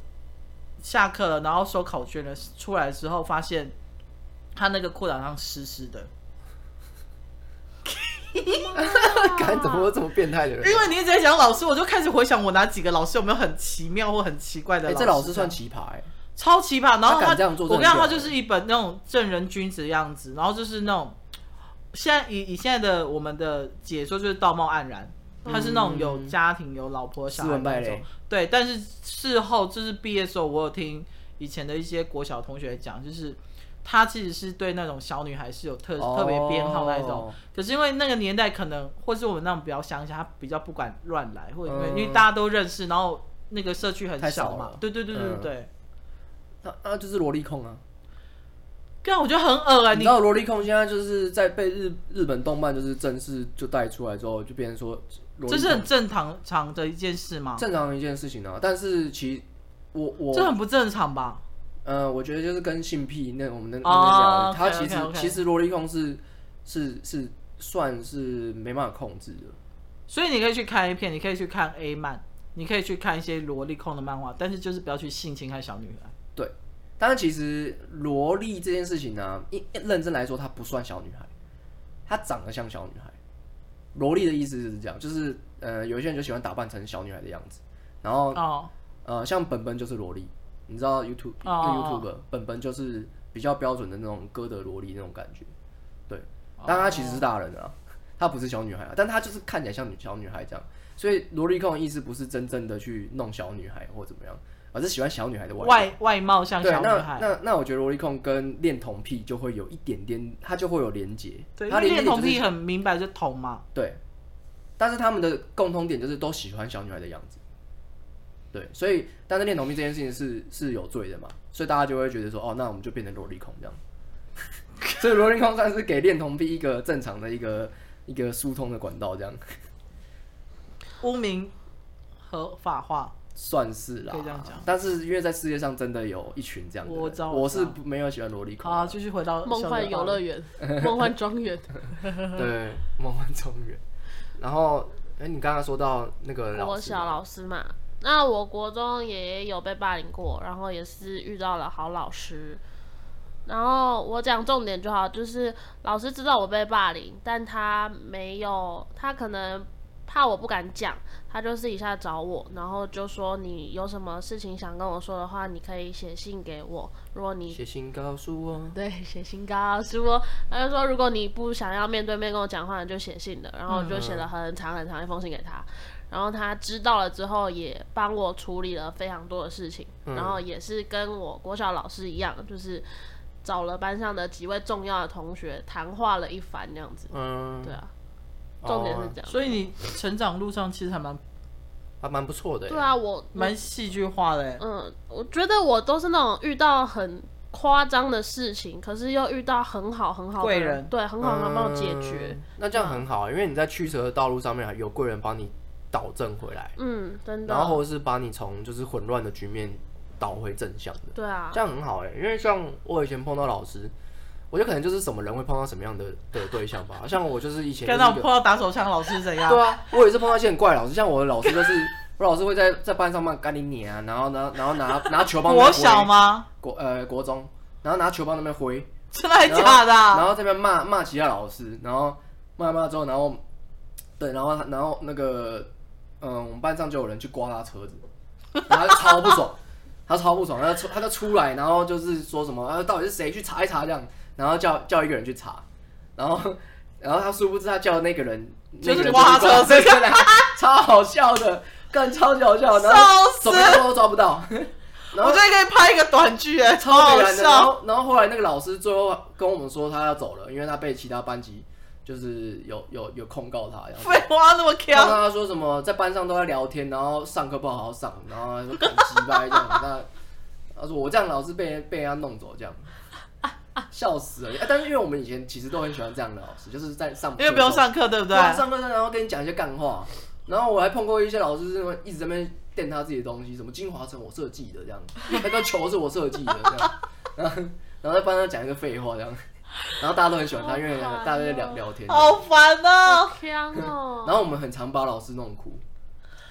Speaker 3: 下课了，然后收考卷了，出来之后发现他那个裤裆上湿湿的，
Speaker 2: 看怎么会有这么变态的人？
Speaker 3: 因为你一直在讲老师，我就开始回想我哪几个老师有没有很奇妙或很奇怪的
Speaker 2: 哎、
Speaker 3: 老师。
Speaker 2: 这老师算奇葩哎、
Speaker 3: 超奇葩，然后
Speaker 2: 他敢这样做
Speaker 3: 我
Speaker 2: 真
Speaker 3: 跟你
Speaker 2: 的
Speaker 3: 讲，他
Speaker 2: 很屌
Speaker 3: 就是一本那种正人君子的样子，然后就是那种现在以以现在的我们的解说就是道貌岸然，他是那种有家庭、有老婆、小
Speaker 2: 斯
Speaker 3: 孩
Speaker 2: 文败
Speaker 3: 那种
Speaker 2: 类。
Speaker 3: 对，但是事后就是毕业的时候，我有听以前的一些国小同学讲，就是他其实是对那种小女孩是有特、特别编号那一种。
Speaker 2: 哦。
Speaker 3: 可是因为那个年代可能，或是我们那种比较乡下，他比较不敢乱来，或者因为、
Speaker 2: 嗯
Speaker 3: 因为大家都认识，然后那个社区很
Speaker 2: 太少
Speaker 3: 小嘛
Speaker 2: 了。
Speaker 3: 对对对对
Speaker 2: 嗯
Speaker 3: 对。
Speaker 2: 那那就是萝莉控啊！
Speaker 3: 对啊，我觉得很恶啊！
Speaker 2: 你
Speaker 3: 你
Speaker 2: 知道萝莉控现在就是在被日日本动漫就是正式就带出来之后，就变成说萝莉控
Speaker 3: 这是很正常常的一件事吗？
Speaker 2: 正常的一件事情啊。但是其实我
Speaker 3: 这
Speaker 2: 我
Speaker 3: 很不正常吧？
Speaker 2: 呃，我觉得就是跟性癖那我们那
Speaker 3: 哦
Speaker 2: 那讲的，他
Speaker 3: OK，OK，
Speaker 2: 其实
Speaker 3: OK
Speaker 2: 其实萝莉控是是是算是没办法控制的。
Speaker 3: 所以你可以去看 A 片，你可以去看 A 漫，你可以去看一些萝莉控的漫画，但是就是不要去性侵害小女孩。
Speaker 2: 但是其实萝莉这件事情呢、啊，一认真来说，她不算小女孩，她长得像小女孩。萝莉的意思就是这样，就是呃，有一些人就喜欢打扮成小女孩的样子，然后
Speaker 3: 哦，
Speaker 2: 呃，像本本就是萝莉，你知道 YouTube
Speaker 3: 哦哦
Speaker 2: YouTube 本本就是比较标准的那种歌德萝莉那种感觉，对，
Speaker 3: 哦
Speaker 2: 但她其实是大人啊，她不是小女孩啊，但她就是看起来像女小女孩这样，所以萝莉控的意思不是真正的去弄小女孩或怎么样，而是喜欢小女孩的外表
Speaker 3: 哦外外貌像
Speaker 2: 对，啊
Speaker 3: 小女
Speaker 2: 那
Speaker 3: 孩，
Speaker 2: 那那我觉得萝莉控跟恋童癖就会有一点点，它就会有连结。
Speaker 3: 对，因
Speaker 2: 它
Speaker 3: 为
Speaker 2: 连
Speaker 3: 恋
Speaker 2: 结
Speaker 3: 童
Speaker 2: 就是
Speaker 3: 癖很明白就童嘛。
Speaker 2: 对，但是他们的共通点就是都喜欢小女孩的样子。对，所以但是恋童癖这件事情是是有罪的嘛，所以大家就会觉得说，哦，那我们就变成萝莉控这样。 所以萝莉控算是给恋童癖一个正常的一个一个疏通的管道，这样
Speaker 3: 污名合法化，
Speaker 2: 算是啦。
Speaker 3: 可以这样讲
Speaker 2: 但是因为在世界上真的有一群这样的人，
Speaker 3: 我知道我
Speaker 2: 我
Speaker 3: 知
Speaker 2: 是
Speaker 3: 道
Speaker 2: 不没有喜欢萝莉控
Speaker 3: 好、
Speaker 2: 的。
Speaker 3: 啊，继续回到
Speaker 1: 梦幻游乐
Speaker 3: 园。
Speaker 1: 园、梦幻庄园，
Speaker 2: 对，梦幻中原。然后，哎、你刚刚说到那个老
Speaker 1: 国
Speaker 2: 师
Speaker 1: 小
Speaker 2: 嘛，
Speaker 1: 老师嘛。那我国中也有被霸凌过，然后也是遇到了好老师。然后我讲重点就好，就是老师知道我被霸凌，但他没有，他可能怕我不敢讲，他就私底下找我，然后就说你有什么事情想跟我说的话，你可以写信给我。如果你
Speaker 2: 写信告诉我，
Speaker 1: 对，写信告诉我。他就说，如果你不想要面对面跟我讲话，你就写信的。然后我就写了很长很长一封信给他。然后他知道了之后，也帮我处理了非常多的事情。然后也是跟我国小老师一样，就是找了班上的几位重要的同学谈话了一番，这样子。
Speaker 2: 嗯，哦
Speaker 1: 对啊，重点是这样。
Speaker 3: 所以你成长路上其实还蛮
Speaker 2: 还蛮不错的耶。欸
Speaker 1: 对啊，我
Speaker 3: 蛮戏剧化的欸，
Speaker 1: 嗯，我觉得我都是那种遇到很夸张的事情，可是又遇到很好很好的
Speaker 3: 贵
Speaker 1: 人，
Speaker 3: 人
Speaker 1: 对，很好很好帮我解决。
Speaker 2: 嗯。那这样很好啊，因为你在曲折的道路上面啊有贵人帮你导正回来，
Speaker 1: 嗯，真的。
Speaker 2: 然后或者是把你从就是混乱的局面导回正向的，
Speaker 1: 对啊，
Speaker 2: 这样很好哎、因为像我以前碰到老师，我就可能就是什么人会碰到什么样的的对象吧。像我就是以前就是
Speaker 3: 看
Speaker 2: 一
Speaker 3: 到我
Speaker 2: 个
Speaker 3: 碰到打手枪的老师是怎样？
Speaker 2: 对啊，我也是碰到一些很怪的老师，像我的老师就是我老师会在在班上骂干你娘啊，然后呢，然后拿拿球棒在那
Speaker 3: 国
Speaker 2: 边
Speaker 3: 小
Speaker 2: 挥
Speaker 3: 吗？
Speaker 2: 国呃国中，然后拿球棒那边挥，
Speaker 3: 真的还假的
Speaker 2: 然
Speaker 3: 啊？
Speaker 2: 后这边骂骂其他老师，然后骂骂之后，然后对，然后他然后那个嗯，我们班上就有人去刮他车子，然后他超不爽， 他超不爽，他就出他就出来，然后就是说什么啊，到底是谁去查一查这样，然后叫叫一个人去查，然后然后他殊不知他叫的那个人
Speaker 3: 就
Speaker 2: 那个
Speaker 3: 是
Speaker 2: 人
Speaker 3: 刮他
Speaker 2: 去
Speaker 3: 车子
Speaker 2: 真的 超好笑的，干超级好笑，然后
Speaker 3: 笑死
Speaker 2: 怎么样都抓不到。然
Speaker 3: 我
Speaker 2: 后
Speaker 3: 觉得可以拍一个短剧，哎，超
Speaker 2: 超北
Speaker 3: 好
Speaker 2: 蓝的然
Speaker 3: 笑。
Speaker 2: 后，然后后来那个老师最后跟我们说他要走了，因为他被其他班级就是有有有控告他，然后
Speaker 3: 废话那么
Speaker 2: 然
Speaker 3: 强，
Speaker 2: 后他说什么在班上都在聊天，然后上课不好好上，然后他说很鸡掰这样，那他说我这样老是被人被人家弄走这 样。笑死了、哎但是因为我们以前其实都很喜欢这样的老师，就是在上
Speaker 3: 因为不用上课，对不对？
Speaker 2: 啊上课然后跟你讲一些干话，然后我还碰过一些老师，是一直在那边垫他自己的东西，什么精华城我设计的这样，那个球是我设计的这样，然后然后在班上讲一个废话这样，然后大家都很喜欢他，因为大家在聊聊天，
Speaker 3: 好烦哦。
Speaker 1: 香哦。
Speaker 2: 然后我们很常把老师弄哭，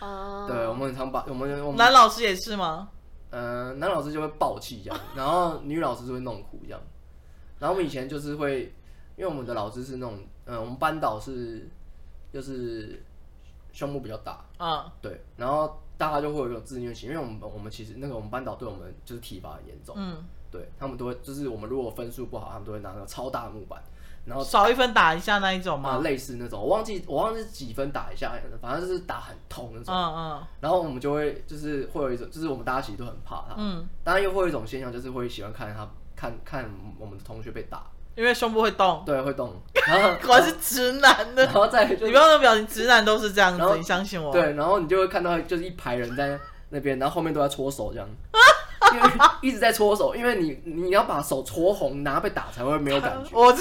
Speaker 1: 嗯
Speaker 2: 对我们很常把我们我们
Speaker 3: 男老师也是吗？
Speaker 2: 呃男老师就会爆气这样，然后女老师就会弄哭这样，然后我们以前就是会，因为我们的老师是那种，呃，我们班导是就是胸部比较大。
Speaker 3: 嗯，
Speaker 2: 对，然后大家就会有一种自虐心，因为我们我们其实那个我们班导对我们就是体罚很严重，
Speaker 3: 嗯，
Speaker 2: 对他们都会就是我们如果分数不好，他们都会拿那个超大的木板，然后
Speaker 3: 少一分打一下那一种
Speaker 2: 啊
Speaker 3: 吗？
Speaker 2: 类似那种，我忘记我忘记几分打一下，反正就是打很痛那
Speaker 3: 嗯
Speaker 2: 种，
Speaker 3: 嗯
Speaker 2: 然后我们就会就是会有一种就是我们大家其实都很怕他，
Speaker 3: 嗯，
Speaker 2: 当然又会有一种现象就是会喜欢看他看看我们的同学被打，
Speaker 3: 因为胸部会动，
Speaker 2: 对，会动，然后
Speaker 3: 果然是直男的
Speaker 2: 然。后再来就是
Speaker 3: 你不要那种表情，直男都是这样
Speaker 2: 然后
Speaker 3: 子，你相信我。
Speaker 2: 对，然后你就会看到就是一排人在那边，然后后面都在搓手这样，因为一直在搓手，因为你你要把手搓红，拿被打才会没有感觉。
Speaker 3: 我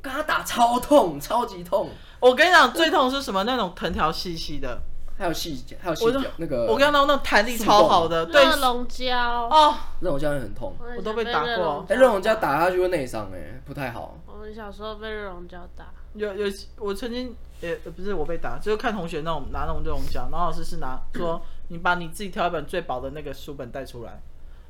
Speaker 2: 跟他打超痛，超级痛，
Speaker 3: 我跟你讲，最痛是什么？那种藤条细细的，
Speaker 2: 还有细还有细
Speaker 3: 我
Speaker 2: 脚
Speaker 3: 就
Speaker 2: 那个，
Speaker 3: 我跟你讲，那种弹力超好的，对，
Speaker 1: 热熔胶，
Speaker 3: 哦，
Speaker 2: 那种现在很痛。
Speaker 1: 我
Speaker 3: 我都被打过
Speaker 1: 热熔胶
Speaker 2: 哎，任永嘉打下去会内伤哎，不太好。
Speaker 1: 我们小时候被热熔胶打，
Speaker 3: 有有，我曾经也呃不是我被打，就是看同学那种拿那种这种奖，然后老师是拿说你把你自己挑一本最薄的那个书本带出来，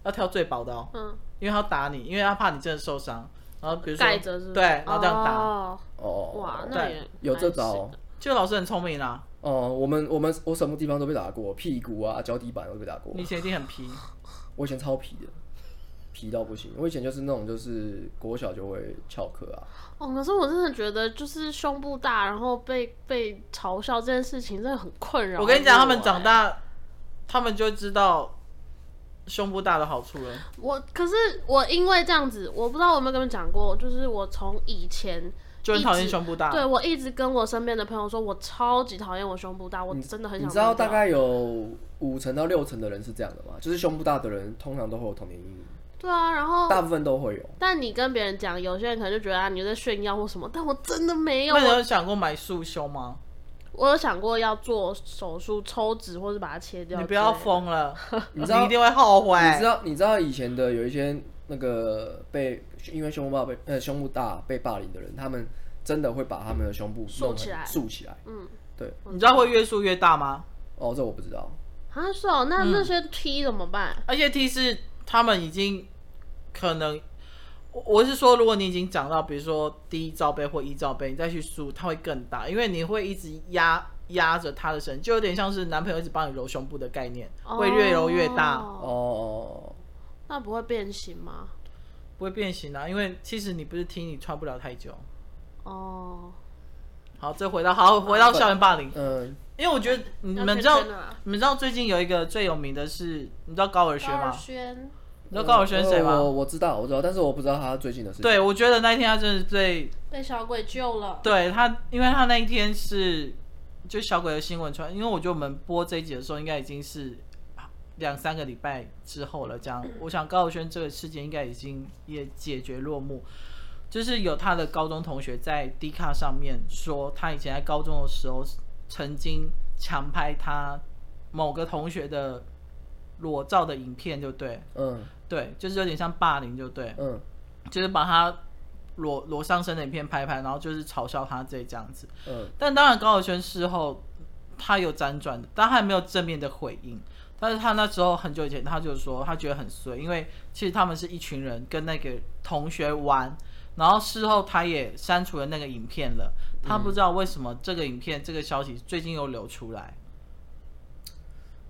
Speaker 3: 要挑最薄的哦，
Speaker 1: 嗯，
Speaker 3: 因为他要打你，因为他怕你真的受伤。然后比如说
Speaker 1: 盖着是不是？
Speaker 3: 对，然后这样打，
Speaker 1: 哦
Speaker 2: 哦，
Speaker 1: 哇，那
Speaker 3: 对
Speaker 1: 也
Speaker 2: 有这
Speaker 1: 蛮
Speaker 2: 招
Speaker 1: 刺的。
Speaker 3: 就老师很聪明啦，
Speaker 2: 哦，我们我们我什么地方都被打过，屁股啊、脚底板我都被打过
Speaker 3: 你以。前一定很皮，
Speaker 2: 我以前超皮的，皮到不行。我以前就是那种就是国小就会翘课啊，
Speaker 1: 哦，可是我真的觉得，就是胸部大，然后被被嘲笑这件事情，真的很困扰。
Speaker 3: 我跟你讲，他们长，大，他们就知道胸部大的好处了。
Speaker 1: 我可是我因为这样子，我不知道我有没有跟你们讲过，就是我从以前
Speaker 3: 就很讨
Speaker 1: 一
Speaker 3: 厌
Speaker 1: 直
Speaker 3: 胸部大。
Speaker 1: 对我一直跟我身边的朋友说，我超级讨厌我胸部大，
Speaker 3: 嗯
Speaker 1: 我哦真的很想
Speaker 2: 你知道
Speaker 1: 弄掉
Speaker 2: 大概有五成到六成的人是这样的吗？就是胸部大的人通常都会有童年阴影，
Speaker 1: 对啊，然后
Speaker 2: 大部分都会有。
Speaker 1: 但你跟别人讲，有些人可能就觉得啊你在炫耀或什么，但我真的没有。
Speaker 3: 那你
Speaker 1: 我
Speaker 3: 有想过买束胸吗？
Speaker 1: 我有想过要做手术抽脂或是把它切掉之类的，
Speaker 3: 你不要疯了，哦你
Speaker 2: 你知道
Speaker 3: 一定会后悔。
Speaker 2: 你知道你知道以前的有一些那个被因为胸部大被呃胸部大被霸凌的人，他们真的会把他们的胸部
Speaker 1: 竖
Speaker 2: 弄
Speaker 1: 起
Speaker 2: 很
Speaker 1: 来
Speaker 2: 竖起来。
Speaker 1: 嗯
Speaker 2: 对，
Speaker 3: 你知道会越束越大吗？
Speaker 2: 哦，这我不知道。
Speaker 1: 啊是哦，那那些 T 怎么办？
Speaker 3: 而且 T 是他们已经可能，我我是说，如果你已经讲到，比如说第一罩杯或一罩杯，你再去输，它会更大，因为你会一直压压着他的身，就有点像是男朋友一直帮你揉胸部的概念，会越揉越大，
Speaker 1: 哦，
Speaker 2: 哦，
Speaker 1: 那不会变形吗？
Speaker 3: 不会变形啊。因为其实你不是听，你穿不了太久。
Speaker 1: 哦，
Speaker 3: 好，再回到好回到校园霸凌，
Speaker 2: 嗯，
Speaker 3: 因为我觉得你
Speaker 1: 要
Speaker 3: 们知
Speaker 1: 圈
Speaker 3: 道
Speaker 1: 圈啊
Speaker 3: 你们知道最近有一个最有名的是，你知道高尔宣
Speaker 1: 高尔哦
Speaker 3: 吗？
Speaker 1: 轩，
Speaker 3: 你知道高尔宣是谁
Speaker 2: 我
Speaker 3: 吗？
Speaker 2: 哦我知道，我知道，但是我不知道他最近的事情。
Speaker 3: 对，我觉得那一天他真的是最
Speaker 1: 被小鬼救了。
Speaker 3: 对他，因为他那一天是就小鬼的新闻传，因为我觉得我们播这一集的时候，应该已经是两三个礼拜之后了。这样，我想高晓轩这个事件应该已经也解决落幕。就是有他的高中同学在 D 卡上面说，他以前在高中的时候曾经强拍他某个同学的裸照的影片，就对
Speaker 2: 嗯
Speaker 3: 对，就是有点像霸凌，就对。
Speaker 2: 嗯
Speaker 3: 就是把他裸裸上身的影片拍拍，然后就是嘲笑他这这样子。
Speaker 2: 嗯
Speaker 3: 但当然，高晓轩事后他有辗转的，但他还没有正面的回应。但是他那时候很久以前，他就说他觉得很衰，因为其实他们是一群人跟那个同学玩，然后事后他也删除了那个影片了。他不知道为什么这个影片、这个消息最近又流出来。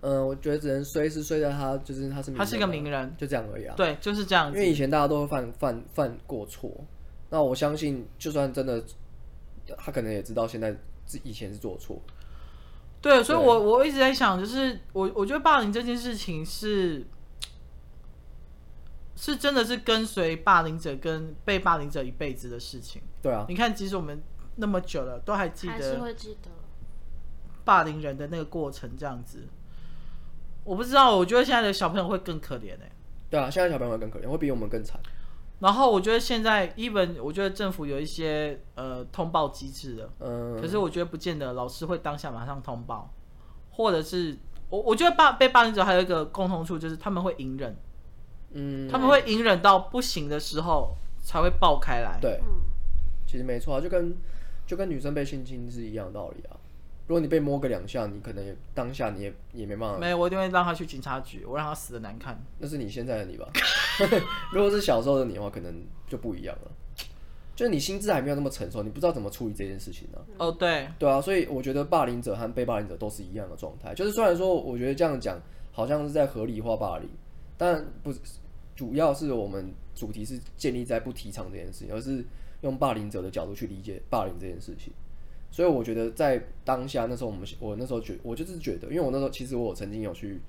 Speaker 2: 嗯，我觉得只能衰是衰在他，就是他是名人
Speaker 3: 他是一个
Speaker 2: 嘛
Speaker 3: 名人，
Speaker 2: 就这样而已啊。
Speaker 3: 对，就是这样
Speaker 2: 因
Speaker 3: 子。
Speaker 2: 为以前大家都会犯犯犯过错，那我相信，就算真的，他可能也知道现在是以前是做错，
Speaker 3: 对，所以我我一直在想，就是我我觉得霸凌这件事情是，是真的是跟随霸凌者跟被霸凌者一辈子的事情。
Speaker 2: 对啊，
Speaker 3: 你看，即使我们那么久了，都还记
Speaker 1: 还是
Speaker 3: 得
Speaker 1: 会记得。
Speaker 3: 霸凌人的那个过程，这样子。我不知道，我觉得现在的小朋友会更可怜哎、
Speaker 2: 对啊，现在小朋友更可怜，会比我们更惨，
Speaker 3: 然后我觉得现在，even 我觉得政府有一些呃通报机制的，
Speaker 2: 嗯，
Speaker 3: 可是我觉得不见得老师会当下马上通报，或者是我我觉得霸被霸凌者还有一个共同处就是他们会隐忍，
Speaker 2: 嗯，
Speaker 3: 他们会隐忍到不行的时候才会爆开来。
Speaker 2: 对
Speaker 1: 嗯，
Speaker 2: 其实没错啊，就跟就跟女生被性侵是一样的道理啊。如果你被摸个两下，你可能也当下你也也没办法，
Speaker 3: 没有，我一定会让他去警察局，我让他死的难看。
Speaker 2: 那是你现在的你吧？ 如果是小时候的你的话，可能就不一样了，就是你心智还没有那么成熟，你不知道怎么处理这件事情啊。
Speaker 3: 哦，对，
Speaker 2: 对啊，所以我觉得霸凌者和被霸凌者都是一样的状态。就是虽然说，我觉得这样讲好像是在合理化霸凌，但不是主要是我们主题是建立在不提倡这件事情，而是用霸凌者的角度去理解霸凌这件事情。所以我觉得在当下那时候，我们我那时候觉我就是觉得，因为我那时候其实我有曾经有去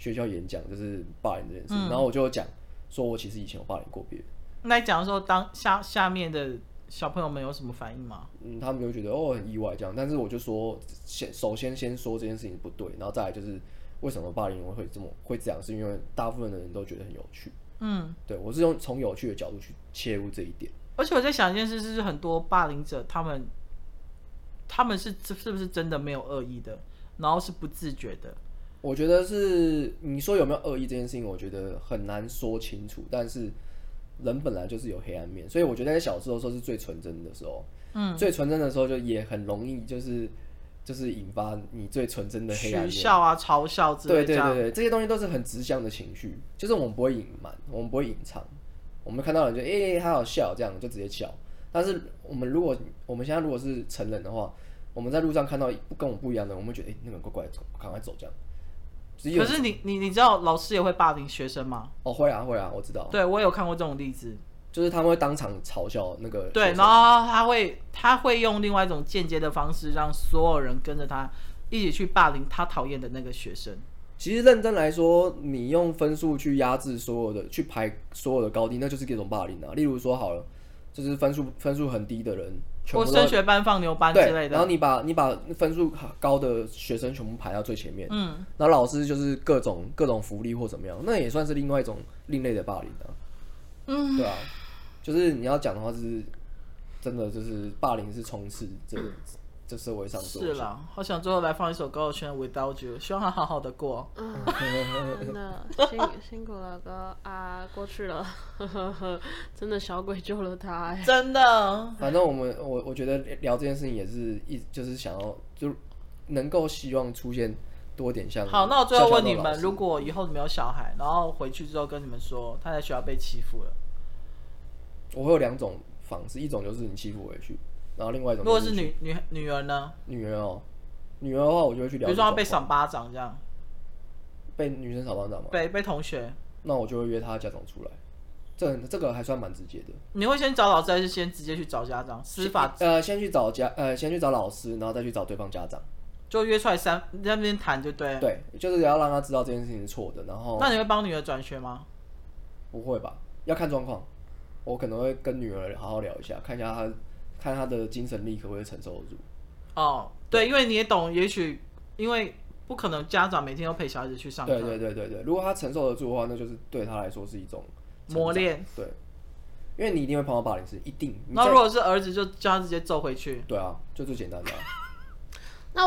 Speaker 2: 学校演讲，就是霸凌这件事，然后我就有讲说我其实以前有霸凌过别人。
Speaker 3: 那你讲的时候，当下下面的小朋友们有什么反应吗？
Speaker 2: 嗯，他们就觉得哦很意外这样，但是我就说先首先先说这件事情不对，然后再来就是为什么霸凌会这么会这样，是因为大部分的人都觉得很有趣，
Speaker 3: 嗯，
Speaker 2: 对我是用从有趣的角度去切入这一点，
Speaker 3: 而且我在想一件事，就是很多霸凌者他们他们是是不是真的没有恶意的，然后是不自觉的。
Speaker 2: 我觉得是你说有没有恶意这件事情，我觉得很难说清楚，但是人本来就是有黑暗面，所以我觉得在小时候的时候是最纯真的时候，嗯，最纯真的时候就也很容易就是就是引发你最纯真的黑暗面。
Speaker 3: 取笑啊、嘲笑之类
Speaker 2: 对
Speaker 3: 这
Speaker 2: 对
Speaker 3: 样。
Speaker 2: 对对，这些东西都是很直向的情绪，就是我们不会隐瞒，我们不会隐藏，我们看到人就诶、他好笑，这样就直接笑。但是我们如果我们现在如果是成人的话，我们在路上看到不跟我们不一样的人，我们会觉得诶、那个人怪怪的，走赶快走这样。只有
Speaker 3: 可是你你你知道老师也会霸凌学生吗？
Speaker 2: 哦会啊会啊，我知道，
Speaker 3: 对我有看过这种例子。
Speaker 2: 就是他们会当场嘲笑那个学
Speaker 3: 对，然
Speaker 2: 生
Speaker 3: 后他会他会用另外一种间接的方式，让所有人跟着他一起去霸凌他讨厌的那个学生。
Speaker 2: 其实认真来说，你用分数去压制所有的，去排所有的高低，那就是一种霸凌啊。例如说好了，就是分数分数很低的人，全
Speaker 3: 或
Speaker 2: 部都
Speaker 3: 升学班放牛班之类
Speaker 2: 对，然后
Speaker 3: 的，
Speaker 2: 你把你把分数高的学生全部排到最前面，嗯，然后老师就是各种各种福利或怎么样，那也算是另外一种另类的霸凌啊，嗯，对啊，就是你要讲的话是，真的就是霸凌是充斥这这社会上所有
Speaker 3: 嗯是啦。好想最后来放一首高晓轩的《Without You》，希望他好好的过。
Speaker 1: 嗯，真的辛辛苦了哥啊，过去了， 呵呵呵，真的小鬼救了他、哎
Speaker 3: 真的，
Speaker 2: 反正我们我我觉得聊这件事情也是一就是想要就能够希望出现多点像
Speaker 3: 好，那我最后问你
Speaker 2: 哎小小的老
Speaker 3: 们，
Speaker 2: 师
Speaker 3: 如果以后你们有小孩，然后回去之后跟你们说他在学校被欺负了，
Speaker 2: 我会有两种方式，一种就是你欺负我也去，然后另外一种
Speaker 3: 如
Speaker 2: 就
Speaker 3: 果是女女女儿呢？
Speaker 2: 女儿哦，女儿的话我就会去
Speaker 3: 比
Speaker 2: 聊
Speaker 3: 如
Speaker 2: 这
Speaker 3: 说
Speaker 2: 种话，
Speaker 3: 她被赏巴掌这样，
Speaker 2: 被女生扫巴掌嘛，
Speaker 3: 被被同学，
Speaker 2: 那我就会约她家长出来，这很这个还算蛮直接的。
Speaker 3: 你会先找老师还是先直接去找家长？司法
Speaker 2: 呃，先去找家呃，先去找老师，然后再去找对方家长。
Speaker 3: 就约出来三在那边谈就对了。
Speaker 2: 对，就是要让他知道这件事情是错的，然后
Speaker 3: 那你会帮女儿转学吗？
Speaker 2: 不会吧？要看状况，我可能会跟女儿好好聊一下，看一下她看她的精神力可不可以承受得住。
Speaker 3: 哦，对，因为你也懂，也许因为不可能家长每天都陪小孩子去上课，
Speaker 2: 对对对对对，如果她承受得住的话，那就是对她来说是一种成
Speaker 3: 磨
Speaker 2: 长。
Speaker 3: 练。
Speaker 2: 对，因为你一定会碰到霸凌是一定。你
Speaker 3: 那
Speaker 2: 在
Speaker 3: 如果是儿子，就叫他直接揍回去。
Speaker 2: 对啊，就最简单 的啊、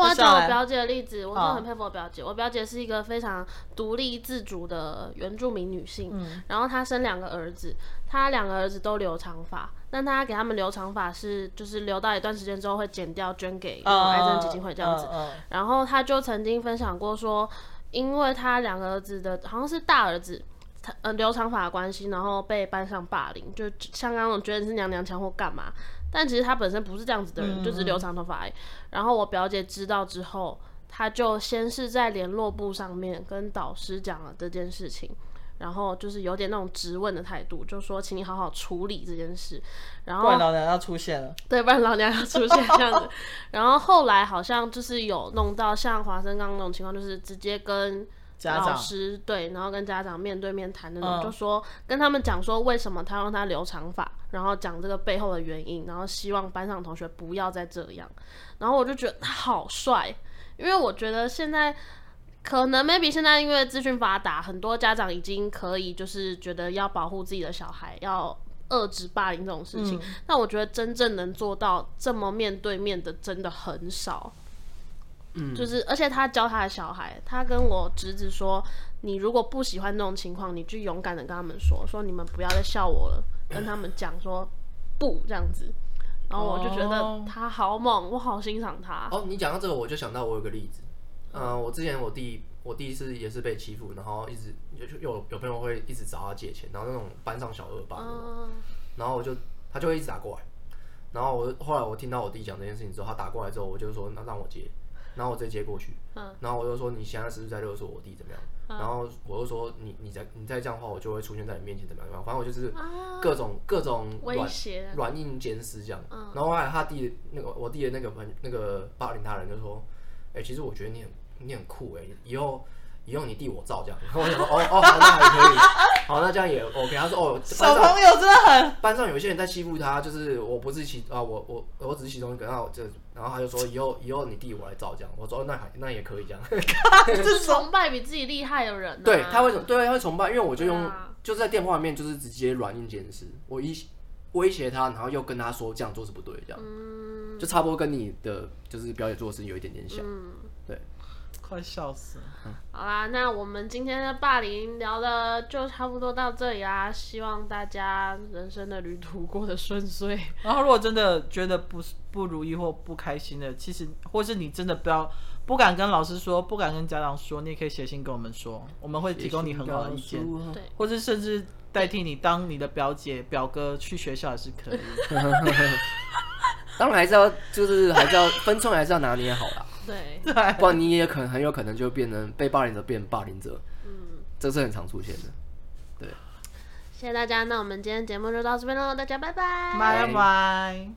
Speaker 1: 那我要
Speaker 3: 接
Speaker 1: 讲
Speaker 3: 下
Speaker 1: 我
Speaker 3: 来
Speaker 1: 表姐的例子，我真
Speaker 3: 好
Speaker 1: 的很佩服我表姐。我表姐是一个非常独立自主的原住民女性，
Speaker 3: 嗯
Speaker 1: 然后她生两个儿子，她两个儿子都留长发，但她给他们留长发是就是留到一段时间之后会剪掉捐给
Speaker 3: 嗯
Speaker 1: 癌症基金会这样子。哦
Speaker 3: 嗯嗯
Speaker 1: 然后他就曾经分享过说，因为他两个儿子的好像是大儿子，他呃留长发的关系，然后被班上霸凌，就像刚刚我觉得是娘娘腔或干嘛，但其实他本身不是这样子的人，就只是留长头发而已。然后我表姐知道之后，她就先是在联络部上面跟导师讲了这件事情。然后就是有点那种质问的态度，就说请你好好处理这件事。然后
Speaker 3: 不然老娘要出现了。
Speaker 1: 对，不然老娘要出现这样子。然后后来好像就是有弄到像华生刚刚那种情况，就是直接跟
Speaker 3: 家
Speaker 1: 老
Speaker 3: 长
Speaker 1: 师对，然后跟家长面对面谈那种，
Speaker 3: 嗯
Speaker 1: 就说跟他们讲说为什么他让他留长发，然后讲这个背后的原因，然后希望班上同学不要再这样。然后我就觉得他好帅，因为我觉得现在。可能 maybe 现在因为资讯发达，很多家长已经可以就是觉得要保护自己的小孩，要遏制霸凌这种事情。但我觉得真正能做到这么面对面的真的很少。嗯，就是而且他教他的小孩，他跟我侄子说，你如果不喜欢那种情况，你就勇敢的跟他们说，说你们不要再笑我了，跟他们讲说不这样子。然后我就觉
Speaker 3: 哦
Speaker 1: 得他好猛，我好欣赏他。
Speaker 2: 哦，你讲到这个，我就想到我有个例子，嗯、我之前我弟，我弟是也是被欺负，然后一直就就有有朋友会一直找他借钱，然后那种班上小恶霸那种，
Speaker 1: 嗯，
Speaker 2: 然后我就他就会一直打过来，然后我后来我听到我弟讲这件事情之后，他打过来之后，我就说那让我接，然后我直接接过去，
Speaker 1: 嗯
Speaker 2: 然后我就说你现在是不是在勒索我弟怎么样？然后我就说你你再你再这样的话，我就会出现在你面前怎么样怎么样？反正我就是各种、各种
Speaker 1: 啊威
Speaker 2: 软
Speaker 1: 胁
Speaker 2: 软硬兼施这样。然后后来他弟那个我弟的那个朋那个霸凌他人就说，哎、其实我觉得你很你很酷哎、以后。以后你弟我照这样， 然后我想说，哦哦，好那还可以，好那这样也 OK。他说，哦，班
Speaker 3: 小
Speaker 2: 上
Speaker 3: 朋友真的 很
Speaker 2: 班上有一些人在欺负他，就是我不是其啊，我我我只是其中一个，然后就然后他就说以后以后你弟我来照这样，我说哦那还那也可以这样，
Speaker 1: 就是崇拜比自己厉害的人、啊。
Speaker 2: 对他会对他会崇拜，因为我就用、
Speaker 1: 对啊
Speaker 2: 就是在电话里面就是直接软硬兼施，我一威胁他，然后又跟他说这样做是不对，这样、
Speaker 1: 嗯
Speaker 2: 就差不多跟你的就是表姐做的事情有一点点像，对，
Speaker 3: 快笑死了。
Speaker 1: 好啦，那我们今天的霸凌聊的就差不多到这里啦，希望大家人生的旅途过得顺 遂。
Speaker 3: 然后，如果真的觉得不不如意或不开心的，其实或是你真的不要不敢跟老师说，不敢跟家长说，你也可以写信跟我们说，我们会提供你很好的意见，
Speaker 2: 啊
Speaker 1: 对
Speaker 3: 或是甚至代替你当你的表姐表哥去学校也是可以。
Speaker 2: 当然还是要就是还是要分寸还是要拿捏好啦，
Speaker 1: 对，
Speaker 2: 不然你也可能很有可能就变成被霸凌者变霸凌者，嗯，这是很常出现的。
Speaker 1: 谢谢大家，那我们今天节目就到这边喽，大家拜拜。
Speaker 3: 拜拜。